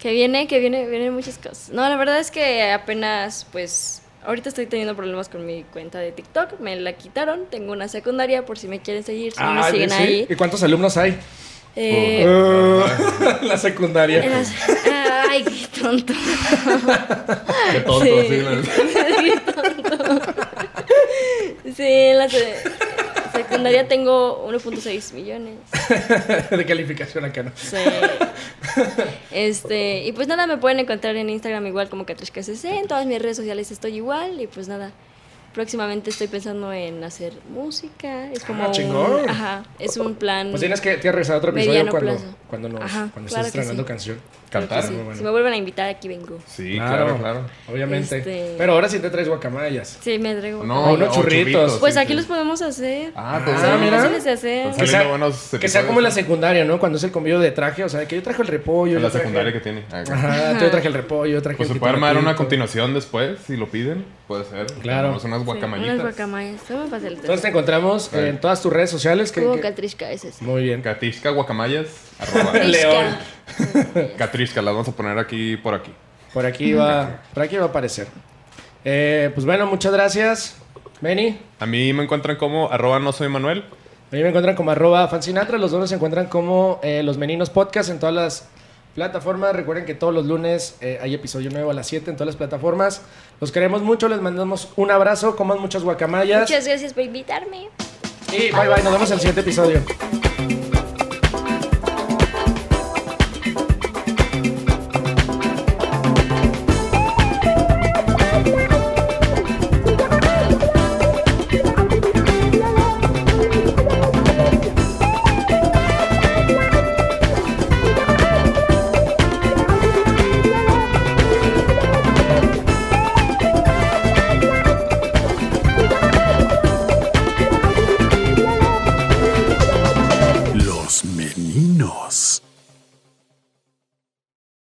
S5: Que viene, que viene, vienen muchas cosas. No, la verdad es que apenas, pues, ahorita estoy teniendo problemas con mi cuenta de TikTok. Me la quitaron. Tengo una secundaria por si me quieren seguir, si no me
S2: Ah,
S5: siguen
S2: ¿sí? Oh.
S5: ahí.
S2: ¿Y cuántos alumnos hay? Ah,
S5: Eh,
S2: la secundaria.
S5: en las- Eh, Ay, qué tonto.
S3: Qué tonto,
S5: Sí.
S3: sí, la verdad.
S5: Sí, en la se- secundaria tengo 1.6 millones. Eh,
S2: de calificación acá, ¿no?
S5: Sí. Este, y pues nada, me pueden encontrar en Instagram igual como Catrishka60, en todas mis redes sociales estoy igual y pues nada. Próximamente estoy pensando en hacer música, es como
S2: Ah,
S5: un-
S2: chingón.
S5: ajá, es un plan.
S2: Pues tienes que, tienes que regresar a otro episodio
S5: Mediano
S2: cuando,
S5: plazo.
S2: cuando, nos,
S5: Ajá,
S2: cuando
S5: claro
S2: estés
S5: que
S2: estrenando
S5: sí.
S2: canción.
S5: Creo que
S3: Cantar.
S5: sí.
S2: muy bueno.
S5: Si me vuelven a invitar aquí vengo.
S3: Sí, claro, claro.
S2: Obviamente.
S5: Este-
S2: Pero ahora sí te traes guacamayas.
S5: Sí, me traigo.
S2: O
S3: No,
S2: unos
S3: o
S2: churritos.
S5: pues
S3: sí,
S5: aquí
S3: sí.
S5: los podemos hacer.
S3: Ah,
S2: Ah,
S3: pues
S2: mira.
S3: mira.
S5: ¿Qué les hace?
S3: Pues
S2: Que
S3: Saliendo
S2: sea,
S3: buenos
S2: que sea
S3: episodios.
S2: como en la secundaria, ¿no? Cuando es el convio de traje, o sea, que yo traje el repollo.
S3: La
S2: yo traje-
S3: secundaria que tiene. acá.
S2: Ajá, yo traje el repollo, yo traje
S3: Pues
S2: el
S3: se puede armar una
S2: jitomate.
S3: continuación después, si lo piden. Puede ser.
S2: Claro.
S3: Hacemos unas
S5: Sí,
S3: guacamaylitas.
S5: unas guacamayas, está muy fácil.
S2: Entonces te encontramos eh, en todas tus redes sociales. Que,
S5: Como
S2: que-
S5: Catrishka es ese.
S2: Muy bien.
S3: Catisca guacamayas. arroba.
S2: León.
S3: Catrisca, las vamos a poner aquí por aquí.
S2: Por aquí va, por aquí va a aparecer. Eh, pues bueno, muchas gracias, Benny.
S3: A mí me encuentran como arroba no soy Manuel.
S2: A mí me encuentran como arroba fancinatra, los dos se encuentran como eh, Los Meninos Podcast en todas las plataformas. Recuerden que todos los lunes eh, hay episodio nuevo a las 7 en todas las plataformas. Los queremos mucho, les mandamos un abrazo, coman muchas guacamayas.
S5: Muchas gracias por invitarme.
S2: Y bye bye, nos vemos en el siguiente episodio.